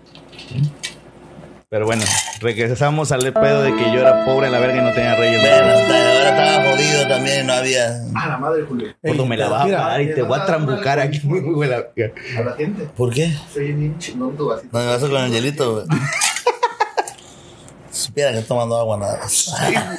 [SPEAKER 2] Pero bueno, regresamos al pedo de que yo era pobre a la verga y no tenía reyes.
[SPEAKER 3] Bueno, hasta ahora estaba jodido también, no había.
[SPEAKER 4] A la madre, Julio.
[SPEAKER 2] Gordo, me la va a
[SPEAKER 1] Mira,
[SPEAKER 2] pagar y te voy a trambucar aquí, güey, la-
[SPEAKER 4] A la gente.
[SPEAKER 3] ¿Por qué?
[SPEAKER 4] Soy bien chingón tu vasito.
[SPEAKER 3] No me vas con el hielito, güey. Supiera que tomando agua nada más.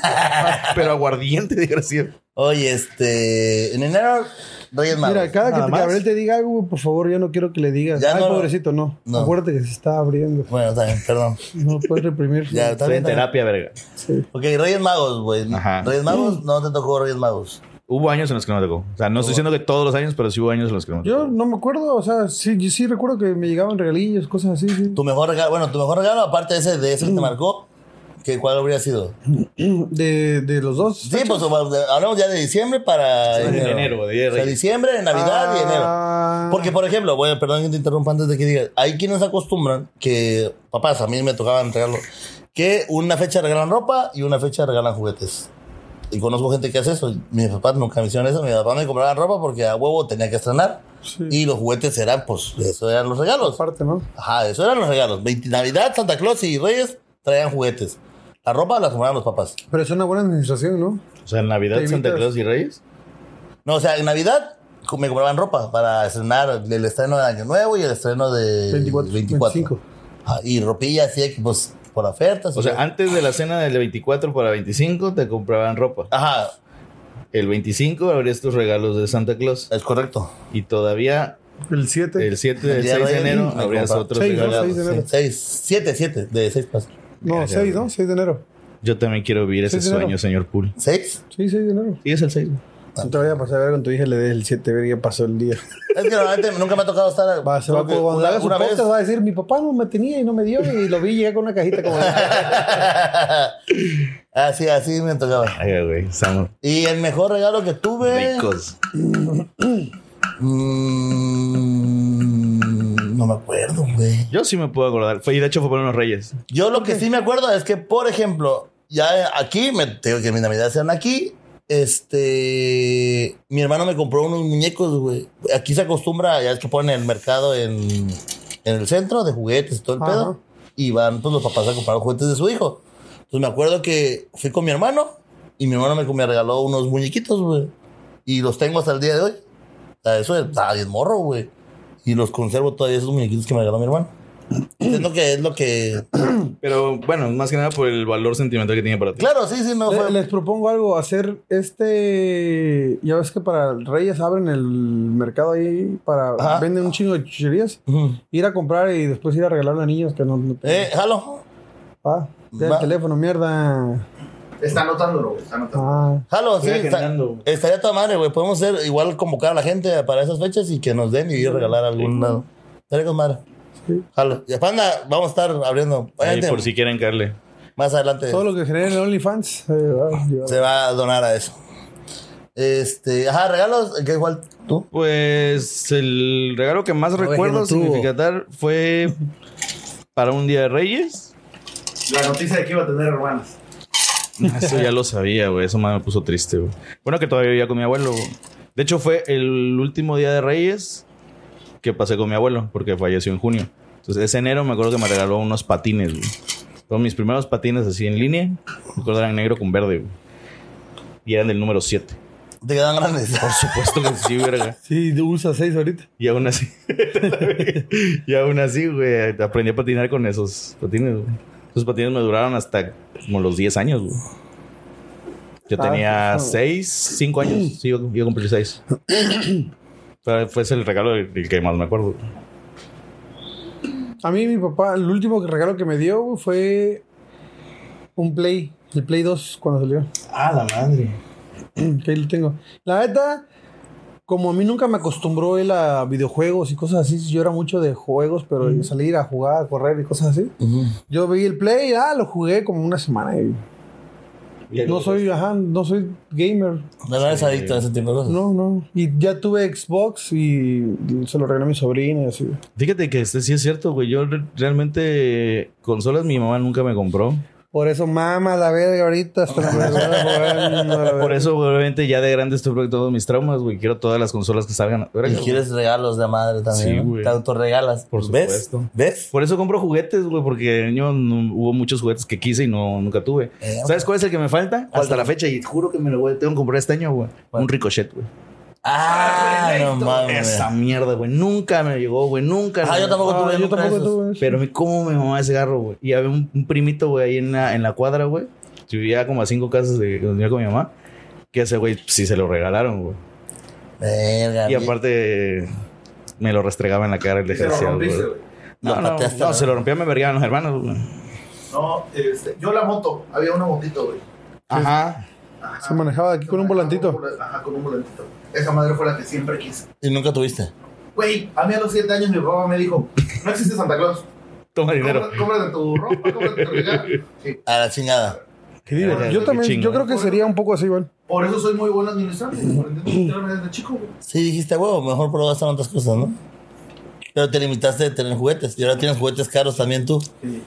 [SPEAKER 2] Pero aguardiente, desgraciado.
[SPEAKER 3] Oye, este. En enero, Reyes Magos.
[SPEAKER 1] Mira, cada que
[SPEAKER 2] Nada
[SPEAKER 1] te-
[SPEAKER 2] más.
[SPEAKER 1] Gabriel te diga algo, güey, por favor, yo no quiero que le digas.
[SPEAKER 3] Ya
[SPEAKER 1] Ay,
[SPEAKER 3] no lo-
[SPEAKER 1] pobrecito, no.
[SPEAKER 3] No.
[SPEAKER 1] Acuérdate que se está abriendo.
[SPEAKER 3] Bueno, también, perdón.
[SPEAKER 1] No lo puedes reprimir.
[SPEAKER 3] Ya, está
[SPEAKER 2] Estoy
[SPEAKER 3] bien,
[SPEAKER 2] en
[SPEAKER 3] está bien.
[SPEAKER 2] terapia, verga.
[SPEAKER 1] Sí.
[SPEAKER 3] Ok, Reyes Magos, güey.
[SPEAKER 2] Ajá.
[SPEAKER 3] Reyes Magos, no te tocó Reyes Magos.
[SPEAKER 2] Hubo años en los que no me tocó. O sea, no estoy diciendo que todos los años, pero sí hubo años en los que no me
[SPEAKER 1] Yo
[SPEAKER 2] tocó.
[SPEAKER 1] no me acuerdo, o sea, sí, yo sí recuerdo que me llegaban regalillos, cosas así. sí.
[SPEAKER 3] Tu mejor regalo, bueno, tu mejor regalo, aparte de ese, de ese que te marcó, que ¿cuál habría sido?
[SPEAKER 1] De, de los dos.
[SPEAKER 3] Sí, pues hablamos ya de diciembre para
[SPEAKER 2] de
[SPEAKER 3] enero.
[SPEAKER 2] enero, de Día de
[SPEAKER 3] O sea,
[SPEAKER 2] Reyes.
[SPEAKER 3] diciembre, de Navidad y
[SPEAKER 1] Ah.
[SPEAKER 3] enero. Porque, por ejemplo, bueno, perdón que te interrumpa antes de que digas, hay quienes acostumbran que, papás, a mí me tocaban regalo, que una fecha regalan ropa y una fecha regalan juguetes. Y conozco gente que hace eso. Mis papás nunca me hicieron eso. Mis papás me compraban ropa porque a huevo tenía que estrenar.
[SPEAKER 1] Sí.
[SPEAKER 3] Y los juguetes eran, pues, eso eran los regalos.
[SPEAKER 1] Aparte, ¿no?
[SPEAKER 3] Ajá, eso eran los regalos. 20 Navidad, Santa Claus y Reyes traían juguetes. La ropa la compraban los papás.
[SPEAKER 1] Pero es una buena administración, ¿no?
[SPEAKER 2] O sea, en Navidad,
[SPEAKER 1] Te
[SPEAKER 2] Santa
[SPEAKER 1] evitas-
[SPEAKER 2] Claus y Reyes.
[SPEAKER 3] No, o sea, en Navidad co- me compraban ropa para estrenar el estreno de Año Nuevo y el estreno de
[SPEAKER 1] 24, 25.
[SPEAKER 3] Ah, y ropilla así, de que, pues, por ofertas.
[SPEAKER 2] O sea, antes de la cena del 24 para 25 te compraban ropa.
[SPEAKER 3] Ajá,
[SPEAKER 2] El 25 abrías tus regalos de Santa Claus.
[SPEAKER 3] es correcto.
[SPEAKER 2] Y todavía
[SPEAKER 1] El 7.
[SPEAKER 2] el 7 del
[SPEAKER 3] día
[SPEAKER 2] 6 de
[SPEAKER 3] Reyes,
[SPEAKER 2] enero
[SPEAKER 3] me
[SPEAKER 2] abrías
[SPEAKER 3] compra-
[SPEAKER 2] otros
[SPEAKER 1] Seis, ¿no?
[SPEAKER 2] regalos.
[SPEAKER 1] Seis de enero.
[SPEAKER 3] 6, 7, 7, de 6 pasos.
[SPEAKER 1] No, 6, ¿no? 6 de enero.
[SPEAKER 2] Yo también quiero vivir ese
[SPEAKER 1] Seis de enero.
[SPEAKER 2] sueño, señor Pool.
[SPEAKER 3] ¿6?
[SPEAKER 1] Sí, 6 de enero.
[SPEAKER 2] Sí, es el 6.
[SPEAKER 1] No te vayas a pasar a ver con tu hija y le des el 7, ver ya pasó el día.
[SPEAKER 3] Es que normalmente nunca me ha tocado estar.
[SPEAKER 1] Va, se va,
[SPEAKER 3] creo que
[SPEAKER 1] cuando
[SPEAKER 3] una,
[SPEAKER 1] haga su
[SPEAKER 3] una vez.
[SPEAKER 1] podcast va a decir, mi papá no me tenía y no me dio y lo vi llegar con una cajita como...
[SPEAKER 3] así, así me tocaba.
[SPEAKER 2] Ay, güey, estamos
[SPEAKER 3] Y el mejor regalo que tuve.
[SPEAKER 2] ricos.
[SPEAKER 3] Mm, no me acuerdo, güey.
[SPEAKER 2] Yo sí me puedo acordar. Fue, y de hecho fue por unos Reyes.
[SPEAKER 3] Yo lo que sí me acuerdo es que, por ejemplo, ya aquí, me, te digo que mis navidades sean aquí, este, mi hermano me compró unos muñecos, güey. Aquí se acostumbra, ya es que ponen el mercado en, en el centro de juguetes y todo el
[SPEAKER 1] Ajá.
[SPEAKER 3] pedo. Y van pues los papás a comprar los juguetes de su hijo. Entonces me acuerdo que fui con mi hermano y mi hermano me, me regaló unos muñequitos, güey. Y los tengo hasta el día de hoy. O sea, eso está bien morro, güey. Y los conservo todavía esos muñequitos que me regaló mi hermano. Es lo que es lo que
[SPEAKER 2] Pero bueno, más que nada por el valor sentimental que tiene para ti.
[SPEAKER 3] Claro, sí, sí, no
[SPEAKER 1] Le-
[SPEAKER 3] fue.
[SPEAKER 1] les propongo algo, hacer este... Ya ves que para Reyes abren el mercado ahí para...
[SPEAKER 3] Ajá.
[SPEAKER 1] Venden un chingo de chucherías.
[SPEAKER 3] Ujú.
[SPEAKER 1] Ir a comprar y después ir a regalar a niños que no... no tienen.
[SPEAKER 3] Eh, jalo.
[SPEAKER 1] Ah, ya
[SPEAKER 3] Va.
[SPEAKER 1] el teléfono, mierda.
[SPEAKER 4] Está anotándolo, güey, está anotándolo.
[SPEAKER 1] Ah,
[SPEAKER 3] Jalo, sí.
[SPEAKER 2] Estoy
[SPEAKER 3] está-
[SPEAKER 2] agendando.
[SPEAKER 3] estaría toda madre, güey. Podemos ser igual convocar a la gente para esas fechas y que nos den y yo regalar algún lado. Estaría con madre.
[SPEAKER 1] Sí.
[SPEAKER 3] Jalo. Y panda, vamos a estar abriendo.
[SPEAKER 2] Ahí,
[SPEAKER 3] Obviamente,
[SPEAKER 2] por si quieren caerle.
[SPEAKER 3] Más adelante
[SPEAKER 1] todo lo que genera en OnlyFans. eh, va a llevar.
[SPEAKER 3] se va a donar a eso. Este, ajá, regalos, que igual tú.
[SPEAKER 2] Pues el regalo que más
[SPEAKER 1] que
[SPEAKER 2] recuerdo
[SPEAKER 1] no tuvo.
[SPEAKER 2] significatar fue para un día de Reyes.
[SPEAKER 4] La noticia de que iba a tener hermanas.
[SPEAKER 2] Eso ya lo sabía, güey. Eso más me puso triste, güey. Bueno, que todavía vivía con mi abuelo. güey. De hecho, fue el último día de Reyes que pasé con mi abuelo, porque falleció en junio. Entonces, ese enero me acuerdo que me regaló unos patines, güey. Fueron mis primeros patines así en línea. Me acuerdo eran negro con verde, güey. Y eran del número 7.
[SPEAKER 3] Te quedan grandes.
[SPEAKER 2] Puesto que sí, verga.
[SPEAKER 1] Sí, usa 6 ahorita.
[SPEAKER 2] Y aún así. y aún así, güey, aprendí a patinar con esos patines, güey. Esos patines me duraron hasta como los 10 años, güey. Yo
[SPEAKER 1] Ah, Mm.
[SPEAKER 2] tenía
[SPEAKER 1] sí, sí.
[SPEAKER 2] 6, 5 años. Sí, yo, yo cumplí 6. Fue ese el regalo del del que más me acuerdo.
[SPEAKER 1] A mí, mi papá, el último regalo que me dio güey, fue un Play, el Play 2 cuando salió.
[SPEAKER 5] Ah, la madre.
[SPEAKER 1] Que ahí lo tengo. La neta, como a mí nunca me acostumbró él a videojuegos y cosas así, yo era mucho de juegos, pero de salir a jugar, a correr y cosas así. Yo vi el Play, ah, lo jugué como una semana. y no soy, ajá, no soy gamer.
[SPEAKER 3] No eres adicto a ese tipo de cosas.
[SPEAKER 1] No, no. Y ya tuve Xbox y se lo regalé a mi sobrina y así.
[SPEAKER 2] Fíjate que este sí es cierto, güey. Yo re- realmente consolas mi mamá nunca me compró.
[SPEAKER 1] Por eso mama la verga ahorita hasta la verga.
[SPEAKER 2] Por eso, güey, obviamente, ya de grande estoy con todos mis traumas, güey. Quiero todas las consolas que salgan.
[SPEAKER 3] Y quieres regalos de madre también.
[SPEAKER 2] Sí,
[SPEAKER 3] ¿no?
[SPEAKER 2] güey.
[SPEAKER 3] Te autorregalas.
[SPEAKER 2] Por
[SPEAKER 3] ¿Ves?
[SPEAKER 2] supuesto.
[SPEAKER 3] ¿Ves?
[SPEAKER 2] Por eso compro juguetes, güey, porque de niño no- hubo muchos juguetes que quise y no nunca tuve.
[SPEAKER 3] Eh,
[SPEAKER 2] ¿Sabes cuál es el que me falta? Hasta la fecha, y juro que me lo voy a tengo que comprar este año, güey.
[SPEAKER 3] ¿Cuál?
[SPEAKER 2] Un ricochet, güey.
[SPEAKER 3] Ah, no mames.
[SPEAKER 2] Esa mierda, güey. Nunca me llegó, güey. Nunca.
[SPEAKER 3] Ah,
[SPEAKER 2] me-
[SPEAKER 3] yo tampoco tuve.
[SPEAKER 1] yo
[SPEAKER 3] nunca
[SPEAKER 1] tampoco
[SPEAKER 3] esos.
[SPEAKER 1] tuve eso.
[SPEAKER 2] Pero me, ¿cómo me mamaba ese garro, güey? Y había un, un primito, güey, ahí en la, en la cuadra, güey. Yo vivía como a cinco casas de donde vivía con mi mamá. Que ese güey pues, sí se lo regalaron, güey.
[SPEAKER 3] Verga.
[SPEAKER 2] Y aparte me lo restregaba en la cara el
[SPEAKER 4] Se lo
[SPEAKER 2] desgraciado, güey.
[SPEAKER 4] rompiste, güey.
[SPEAKER 2] No,
[SPEAKER 3] La
[SPEAKER 2] no,
[SPEAKER 3] pateaste,
[SPEAKER 2] no,
[SPEAKER 3] ¿no?
[SPEAKER 2] se lo rompía, me vergaban los hermanos, güey.
[SPEAKER 4] No, este, yo la moto, había una motito, güey.
[SPEAKER 2] Ajá.
[SPEAKER 4] Ajá.
[SPEAKER 1] Se manejaba aquí con un volantito.
[SPEAKER 4] Ajá, con un volantito. Esa madre fue la que siempre quise.
[SPEAKER 3] Y nunca tuviste.
[SPEAKER 4] Güey, a mí a los 7 años mi papá me dijo, no existe Santa Claus.
[SPEAKER 2] Toma dinero.
[SPEAKER 4] Compra- Cómprate tu ropa, cómprate tu regalo. Sí.
[SPEAKER 3] A la chingada.
[SPEAKER 1] Qué divertido.
[SPEAKER 2] Qué
[SPEAKER 1] Yo también,
[SPEAKER 2] chingo.
[SPEAKER 1] yo creo que sería un poco así, igual.
[SPEAKER 4] Por eso soy muy bueno administrando. Aprendí a administrarme desde chico, güey.
[SPEAKER 3] Sí, dijiste, huevo, mejor probó gastar en otras cosas, ¿no? Pero te limitaste a tener juguetes. Y ahora tienes juguetes caros también tú.
[SPEAKER 4] Sí.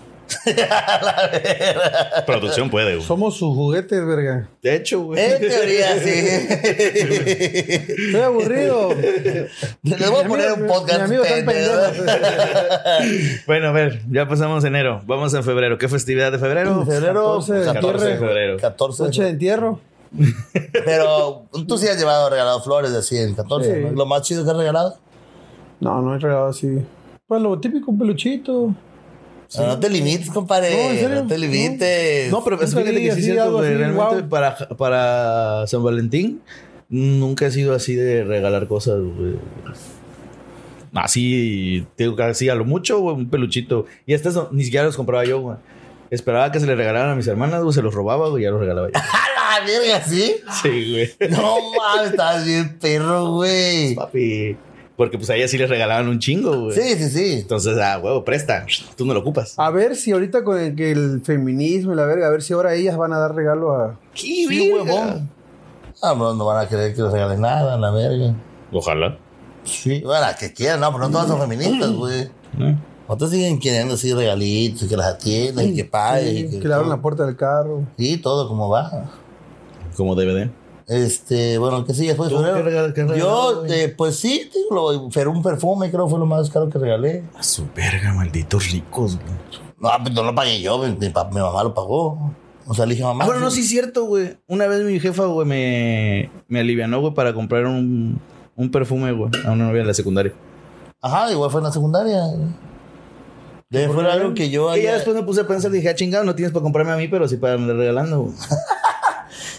[SPEAKER 2] Producción puede, güey.
[SPEAKER 1] Somos sus juguetes, verga.
[SPEAKER 2] De hecho, güey.
[SPEAKER 3] En teoría, sí.
[SPEAKER 1] Estoy aburrido.
[SPEAKER 3] Les voy a poner un podcast.
[SPEAKER 1] Mi amigo está
[SPEAKER 3] pendejo.
[SPEAKER 2] Bueno, a ver, ya pasamos enero. Vamos en febrero. ¿Qué festividad de febrero?
[SPEAKER 1] Febrero, 14 de
[SPEAKER 2] 14 de
[SPEAKER 1] entierro.
[SPEAKER 2] febrero.
[SPEAKER 3] 14.
[SPEAKER 1] Noche de entierro.
[SPEAKER 3] Pero tú sí has llevado regalado flores así en 14.
[SPEAKER 1] Sí.
[SPEAKER 3] ¿no? Lo más chido que has regalado.
[SPEAKER 1] No, no he regalado así. Pues lo típico, un peluchito.
[SPEAKER 3] No, no te limites,
[SPEAKER 1] No, ¿en
[SPEAKER 3] compadre.
[SPEAKER 1] serio?
[SPEAKER 3] No, te limites.
[SPEAKER 2] No, pero
[SPEAKER 1] Nunca
[SPEAKER 2] fíjate
[SPEAKER 1] leí
[SPEAKER 2] que sí es
[SPEAKER 1] así
[SPEAKER 2] cierto,
[SPEAKER 1] algo
[SPEAKER 2] güey.
[SPEAKER 1] así,
[SPEAKER 2] Realmente
[SPEAKER 1] wow.
[SPEAKER 2] para, para San Valentín nunca he sido así de regalar cosas, güey. Así, tengo que así a lo mucho, güey, un peluchito. Y estas no- ni siquiera los compraba yo, güey. Esperaba que se le regalaran a mis hermanas, güey, se los robaba, güey, y ya los regalaba yo.
[SPEAKER 3] ¡A la verga, sí!
[SPEAKER 2] sí, güey.
[SPEAKER 3] No mames, estás bien perro, güey.
[SPEAKER 2] Papi. Porque pues a ellas sí les regalaban un chingo, güey.
[SPEAKER 3] Sí, sí, sí.
[SPEAKER 2] Entonces, ah, huevo, presta. Tú no lo ocupas.
[SPEAKER 1] A ver si ahorita con el, que el feminismo y la verga, a ver si ahora ellas van a dar regalo a.
[SPEAKER 2] ¡Qué
[SPEAKER 3] Sí, huevón. Ah, pero no van a querer que les regales nada, la verga.
[SPEAKER 2] Ojalá.
[SPEAKER 3] Sí. Bueno, las que quieran, no, pero no todas son feministas, güey.
[SPEAKER 2] ¿Eh?
[SPEAKER 3] Otras siguen queriendo así regalitos, y que las atiendan, y que paguen. y
[SPEAKER 1] Sí, que le abran la puerta del carro.
[SPEAKER 3] Sí, todo como va.
[SPEAKER 2] Como DVD.
[SPEAKER 3] Este, bueno, ¿qué sigue después de
[SPEAKER 2] ¿Tú qué
[SPEAKER 3] febrero?
[SPEAKER 2] regal- qué regalo,
[SPEAKER 3] Yo,
[SPEAKER 2] güey?
[SPEAKER 3] eh, pues sí, te digo, lo- pero un perfume creo fue lo más caro que regalé.
[SPEAKER 2] A su verga, malditos ricos, güey.
[SPEAKER 3] No, pues no lo pagué yo, mi, mi pa- mi mamá lo pagó. O sea, le dije, mamá.
[SPEAKER 2] Ah, bueno, no, sí es cierto, güey. Una vez mi jefa, güey, me, me alivianó, güey, para comprar un, un perfume, güey, a una novia de la secundaria.
[SPEAKER 3] Ajá, igual fue en la secundaria. De fue algo que yo
[SPEAKER 2] Y ya
[SPEAKER 3] haya-
[SPEAKER 2] después me puse a pensar, dije, ah, chingado, no tienes para comprarme a mí, pero sí para andar regalando, güey.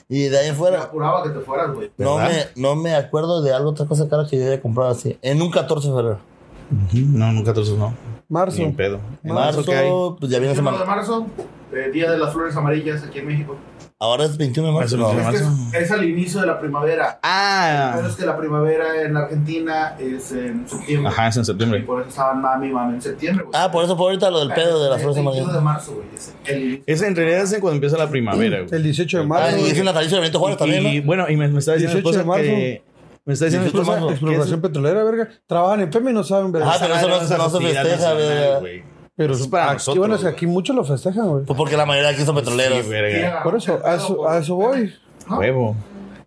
[SPEAKER 3] Y de ahí en
[SPEAKER 4] Me
[SPEAKER 3] fuera,
[SPEAKER 4] apuraba que te fueras, güey.
[SPEAKER 3] no me,
[SPEAKER 2] ¿Verdad?
[SPEAKER 3] no me acuerdo de algo, otra cosa cara que yo haya comprado así. En un 14 de febrero.
[SPEAKER 2] Ah, Ujú, No, nunca trozos, no.
[SPEAKER 1] Marzo.
[SPEAKER 2] Ni en pedo.
[SPEAKER 3] En
[SPEAKER 2] En marzo, ¿qué hay?
[SPEAKER 3] marzo, pues ya viene
[SPEAKER 4] 1 de
[SPEAKER 3] semana.
[SPEAKER 4] marzo, eh, Día de las Flores Amarillas aquí en México.
[SPEAKER 3] Ahora es 21 de marzo.
[SPEAKER 2] Marzo,
[SPEAKER 3] no.
[SPEAKER 2] ¿De
[SPEAKER 4] Es, que
[SPEAKER 2] marzo?
[SPEAKER 4] es, es al inicio de la primavera. Pero es
[SPEAKER 2] Ah,
[SPEAKER 4] que la primavera en Argentina es en septiembre.
[SPEAKER 2] ajá, es en
[SPEAKER 4] Y
[SPEAKER 2] septiembre.
[SPEAKER 4] por eso estaban mami y mami en septiembre, güey.
[SPEAKER 3] Ah, por eso por ahorita lo del pedo de las flores
[SPEAKER 4] El 21 de
[SPEAKER 3] amarillas.
[SPEAKER 4] marzo, güey. Es el-
[SPEAKER 2] Es en realidad es en cuando empieza la primavera, güey.
[SPEAKER 1] El 18 de
[SPEAKER 3] Ah,
[SPEAKER 1] marzo.
[SPEAKER 3] y es en la tarifa de Benito Juárez también, ¿no?
[SPEAKER 2] Y bueno, y me, me está diciendo mi
[SPEAKER 1] 18 de
[SPEAKER 2] esposa que... Me está diciendo mi
[SPEAKER 3] 18 de
[SPEAKER 2] esposa
[SPEAKER 3] marzo.
[SPEAKER 2] que
[SPEAKER 1] Exploración petrolera, verga. Trabajan en FEMI y no saben, verga.
[SPEAKER 3] Ah, pero eso no-
[SPEAKER 2] es una
[SPEAKER 3] no se
[SPEAKER 2] festividad
[SPEAKER 3] festeja,
[SPEAKER 2] nacional,
[SPEAKER 3] ¿verdad?
[SPEAKER 2] güey.
[SPEAKER 1] pero
[SPEAKER 2] eso es para
[SPEAKER 1] aquí,
[SPEAKER 2] nosotros,
[SPEAKER 1] bueno, es que
[SPEAKER 2] güey.
[SPEAKER 1] aquí muchos lo festejan, güey.
[SPEAKER 3] Pues porque la mayoría aquí son petroleros.
[SPEAKER 2] Sí, verga.
[SPEAKER 1] Por eso, a eso, a eso voy.
[SPEAKER 4] ¿no?
[SPEAKER 2] Huevo.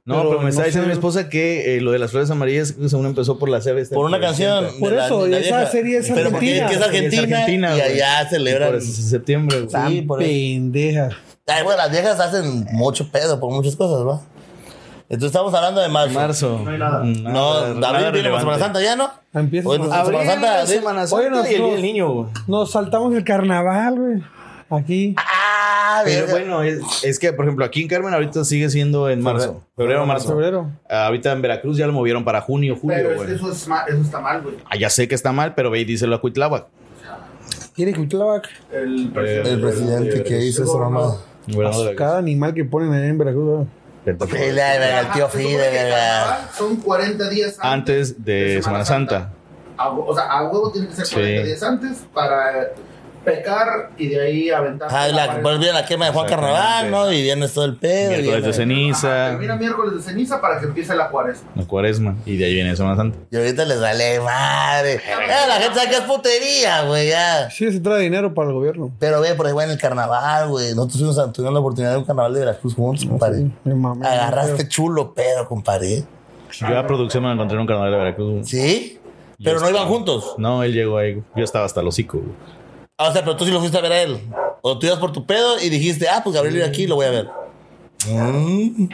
[SPEAKER 2] No,
[SPEAKER 1] Pero
[SPEAKER 2] pero, me
[SPEAKER 1] no
[SPEAKER 2] está diciendo
[SPEAKER 1] sé.
[SPEAKER 2] mi esposa que eh, lo de las flores amarillas creo que según empezó por la CB.
[SPEAKER 3] por una canción. de
[SPEAKER 1] Por
[SPEAKER 3] la-
[SPEAKER 1] eso,
[SPEAKER 3] de la
[SPEAKER 1] esa
[SPEAKER 3] vieja.
[SPEAKER 1] serie es
[SPEAKER 3] Pero porque
[SPEAKER 1] argentina.
[SPEAKER 3] es que es argentina, y
[SPEAKER 2] güey.
[SPEAKER 3] allá celebran.
[SPEAKER 2] Y Por eso es en septiembre, güey.
[SPEAKER 3] Sí,
[SPEAKER 1] Tan
[SPEAKER 3] por eso.
[SPEAKER 1] pendeja.
[SPEAKER 3] Ay, bueno, las viejas hacen mucho pedo por muchas cosas, ¿va? Entonces estamos hablando de marzo.
[SPEAKER 2] Marzo.
[SPEAKER 4] No hay nada.
[SPEAKER 3] No, David viene con Semana Santa ya, ¿no?
[SPEAKER 1] Empieza
[SPEAKER 3] Oye,
[SPEAKER 1] con-
[SPEAKER 3] no-
[SPEAKER 2] Abril,
[SPEAKER 3] Semana Santa, Ah,
[SPEAKER 2] Santa,
[SPEAKER 3] David.
[SPEAKER 2] Semana
[SPEAKER 1] Oye,
[SPEAKER 2] Santa y el Día
[SPEAKER 1] nosotros-
[SPEAKER 2] del Niño, güey.
[SPEAKER 1] Nos saltamos el carnaval, güey. Aquí.
[SPEAKER 3] Ah,
[SPEAKER 2] Pero
[SPEAKER 3] verga.
[SPEAKER 2] bueno, es, es que, por ejemplo, aquí en Carmen ahorita sigue siendo en marzo. Febrero, marzo.
[SPEAKER 1] Febrero.
[SPEAKER 2] Eh, Ahorita en Veracruz ya lo movieron para junio, julio,
[SPEAKER 4] Pero es que
[SPEAKER 2] güey.
[SPEAKER 4] eso, es ma- eso está mal, güey.
[SPEAKER 2] Ah, ya sé que está mal, pero ve y díselo a Cuitláhuac.
[SPEAKER 1] ¿Quién es Cuitláhuac?
[SPEAKER 4] El
[SPEAKER 3] Eh, El presidente que hizo esa mamada.
[SPEAKER 1] Pues,
[SPEAKER 2] pues,
[SPEAKER 1] Cada animal que ponen ahí en Veracruz.
[SPEAKER 3] Sí, la verga, el tío
[SPEAKER 4] Ajá, se supone
[SPEAKER 3] Fide,
[SPEAKER 4] que
[SPEAKER 3] verga.
[SPEAKER 4] carnaval Son 40 días antes.
[SPEAKER 2] Antes de Semana Santa.
[SPEAKER 4] A hue- O sea, a huevo tiene que ser
[SPEAKER 2] Sí.
[SPEAKER 4] 40 días antes para pecar y de ahí aventar.
[SPEAKER 3] Ah, la, volvió la quema de Juan Carnaval, ¿no? Y viernes todo el pedo. y
[SPEAKER 2] Miércoles de
[SPEAKER 3] viernes-
[SPEAKER 2] ceniza.
[SPEAKER 4] termina miércoles de ceniza para que empiece la cuaresma.
[SPEAKER 2] La cuaresma. Y de ahí viene Semana Santa.
[SPEAKER 3] Y ahorita les vale madre. Ya, la gente sabe que es putería, güey, ya.
[SPEAKER 1] Sí, se trae dinero para el gobierno.
[SPEAKER 3] Pero ve, por ejemplo, en el carnaval, güey. Nosotros fuimos a- tuvimos la oportunidad de un carnaval de Veracruz juntos, compadre.
[SPEAKER 1] Me mamé.
[SPEAKER 3] Agarraste chulo pedo, compadre.
[SPEAKER 2] Yo a producción me lo encontré en un carnaval de Veracruz.
[SPEAKER 3] ¿Sí? Pero no iban juntos.
[SPEAKER 2] No, él llegó ahí. Yo estaba hasta el hocico. güey.
[SPEAKER 3] Ah, o sea, pero tú sí lo fuiste a ver a él. O tú ibas por tu pedo y dijiste, ah, pues Gabriel vive aquí, lo voy a ver. Mm.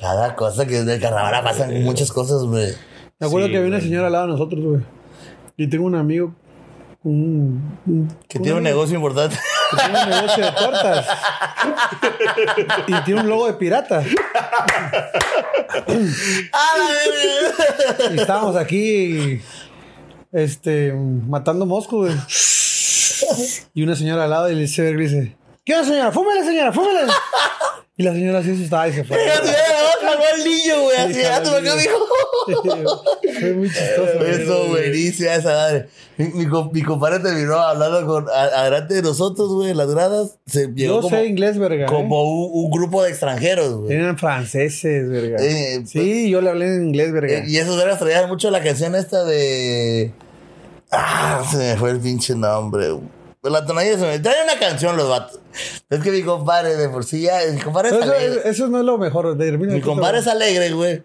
[SPEAKER 3] Cada cosa que del carnaval pasan muchas cosas, güey.
[SPEAKER 1] Me acuerdo
[SPEAKER 2] Sí,
[SPEAKER 1] que había una
[SPEAKER 2] güey.
[SPEAKER 1] señora al lado de nosotros, güey. Y tengo un amigo, un, un-
[SPEAKER 3] Que tiene un negocio importante.
[SPEAKER 1] que tiene un negocio de tortas. y tiene un logo de pirata.
[SPEAKER 3] ¡Ah, la verga!
[SPEAKER 1] Y estábamos aquí, este, matando moscos, güey. Y una señora al lado y le dice, le dice, ¿qué onda, señora? Fúmele, señora, fúmele. Y la señora así asustada y se fue.
[SPEAKER 3] Ya, ya, jaló al niño, güey. Así,
[SPEAKER 1] Jaló
[SPEAKER 3] ah,
[SPEAKER 1] al
[SPEAKER 3] tu mamá
[SPEAKER 1] niño.
[SPEAKER 3] dijo.
[SPEAKER 1] Fue muy chistoso. güey.
[SPEAKER 3] Eso, buenísima esa madre. Mi, mi, com- mi compadre terminó hablando con, a- adelante de nosotros, güey, en las gradas. Se llegó
[SPEAKER 1] Yo
[SPEAKER 3] como,
[SPEAKER 1] sé inglés, verga. ¿eh?
[SPEAKER 3] como un, un grupo de extranjeros, güey.
[SPEAKER 1] Eran franceses, verga.
[SPEAKER 3] Eh,
[SPEAKER 1] sí, yo le hablé en inglés, verga.
[SPEAKER 3] Eh, Y esos vergas traían mucho la canción esta de. Ah, se me fue el pinche nombre. güey. Pues La tonadilla se me. Trae una canción, los vatos. Es que mi compadre de por sí ya. Mi compadre es
[SPEAKER 1] Pero eso,
[SPEAKER 3] alegre.
[SPEAKER 1] eso- eso no es lo mejor. termina
[SPEAKER 3] Mi
[SPEAKER 1] el punto,
[SPEAKER 3] compadre es
[SPEAKER 1] güey.
[SPEAKER 3] alegre, güey.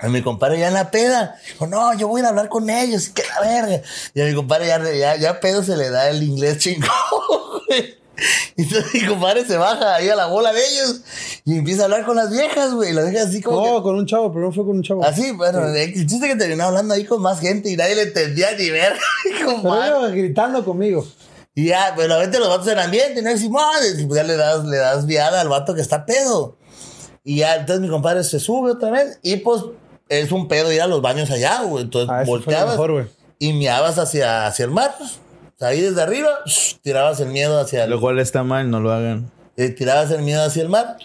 [SPEAKER 3] A mi compadre ya en la peda. Dijo, no, yo voy a ir a hablar con ellos. y Que la verga. Y a mi compadre ya, ya, ya pedo se le da el inglés chingón, güey. Y Entonces mi compadre se baja ahí a la bola de ellos y empieza a hablar con las viejas, güey. Y las viejas así como. que-
[SPEAKER 1] No, con un chavo, pero no fue con un chavo.
[SPEAKER 3] Así, bueno, el chiste que terminó hablando ahí con más gente y nadie le entendía ni ver,
[SPEAKER 1] Pero
[SPEAKER 3] compadre.
[SPEAKER 1] iba gritando conmigo.
[SPEAKER 3] Y ya, pero a veces los vatos en ambiente, ¿no? Y Simón, y pues ya le das, le das viada al vato que está pedo. Y ya, entonces mi compadre se sube otra vez y pues es un pedo ir a los baños allá, güey. Entonces
[SPEAKER 1] Ah, eso fue lo
[SPEAKER 3] volteabas
[SPEAKER 1] mejor, güey.
[SPEAKER 3] y miabas hacia, hacia el mar. O sea, ahí desde arriba, tirabas el miedo hacia el,
[SPEAKER 2] Lo cual está mal, no lo hagan.
[SPEAKER 3] eh, tirabas el miedo hacia el mar.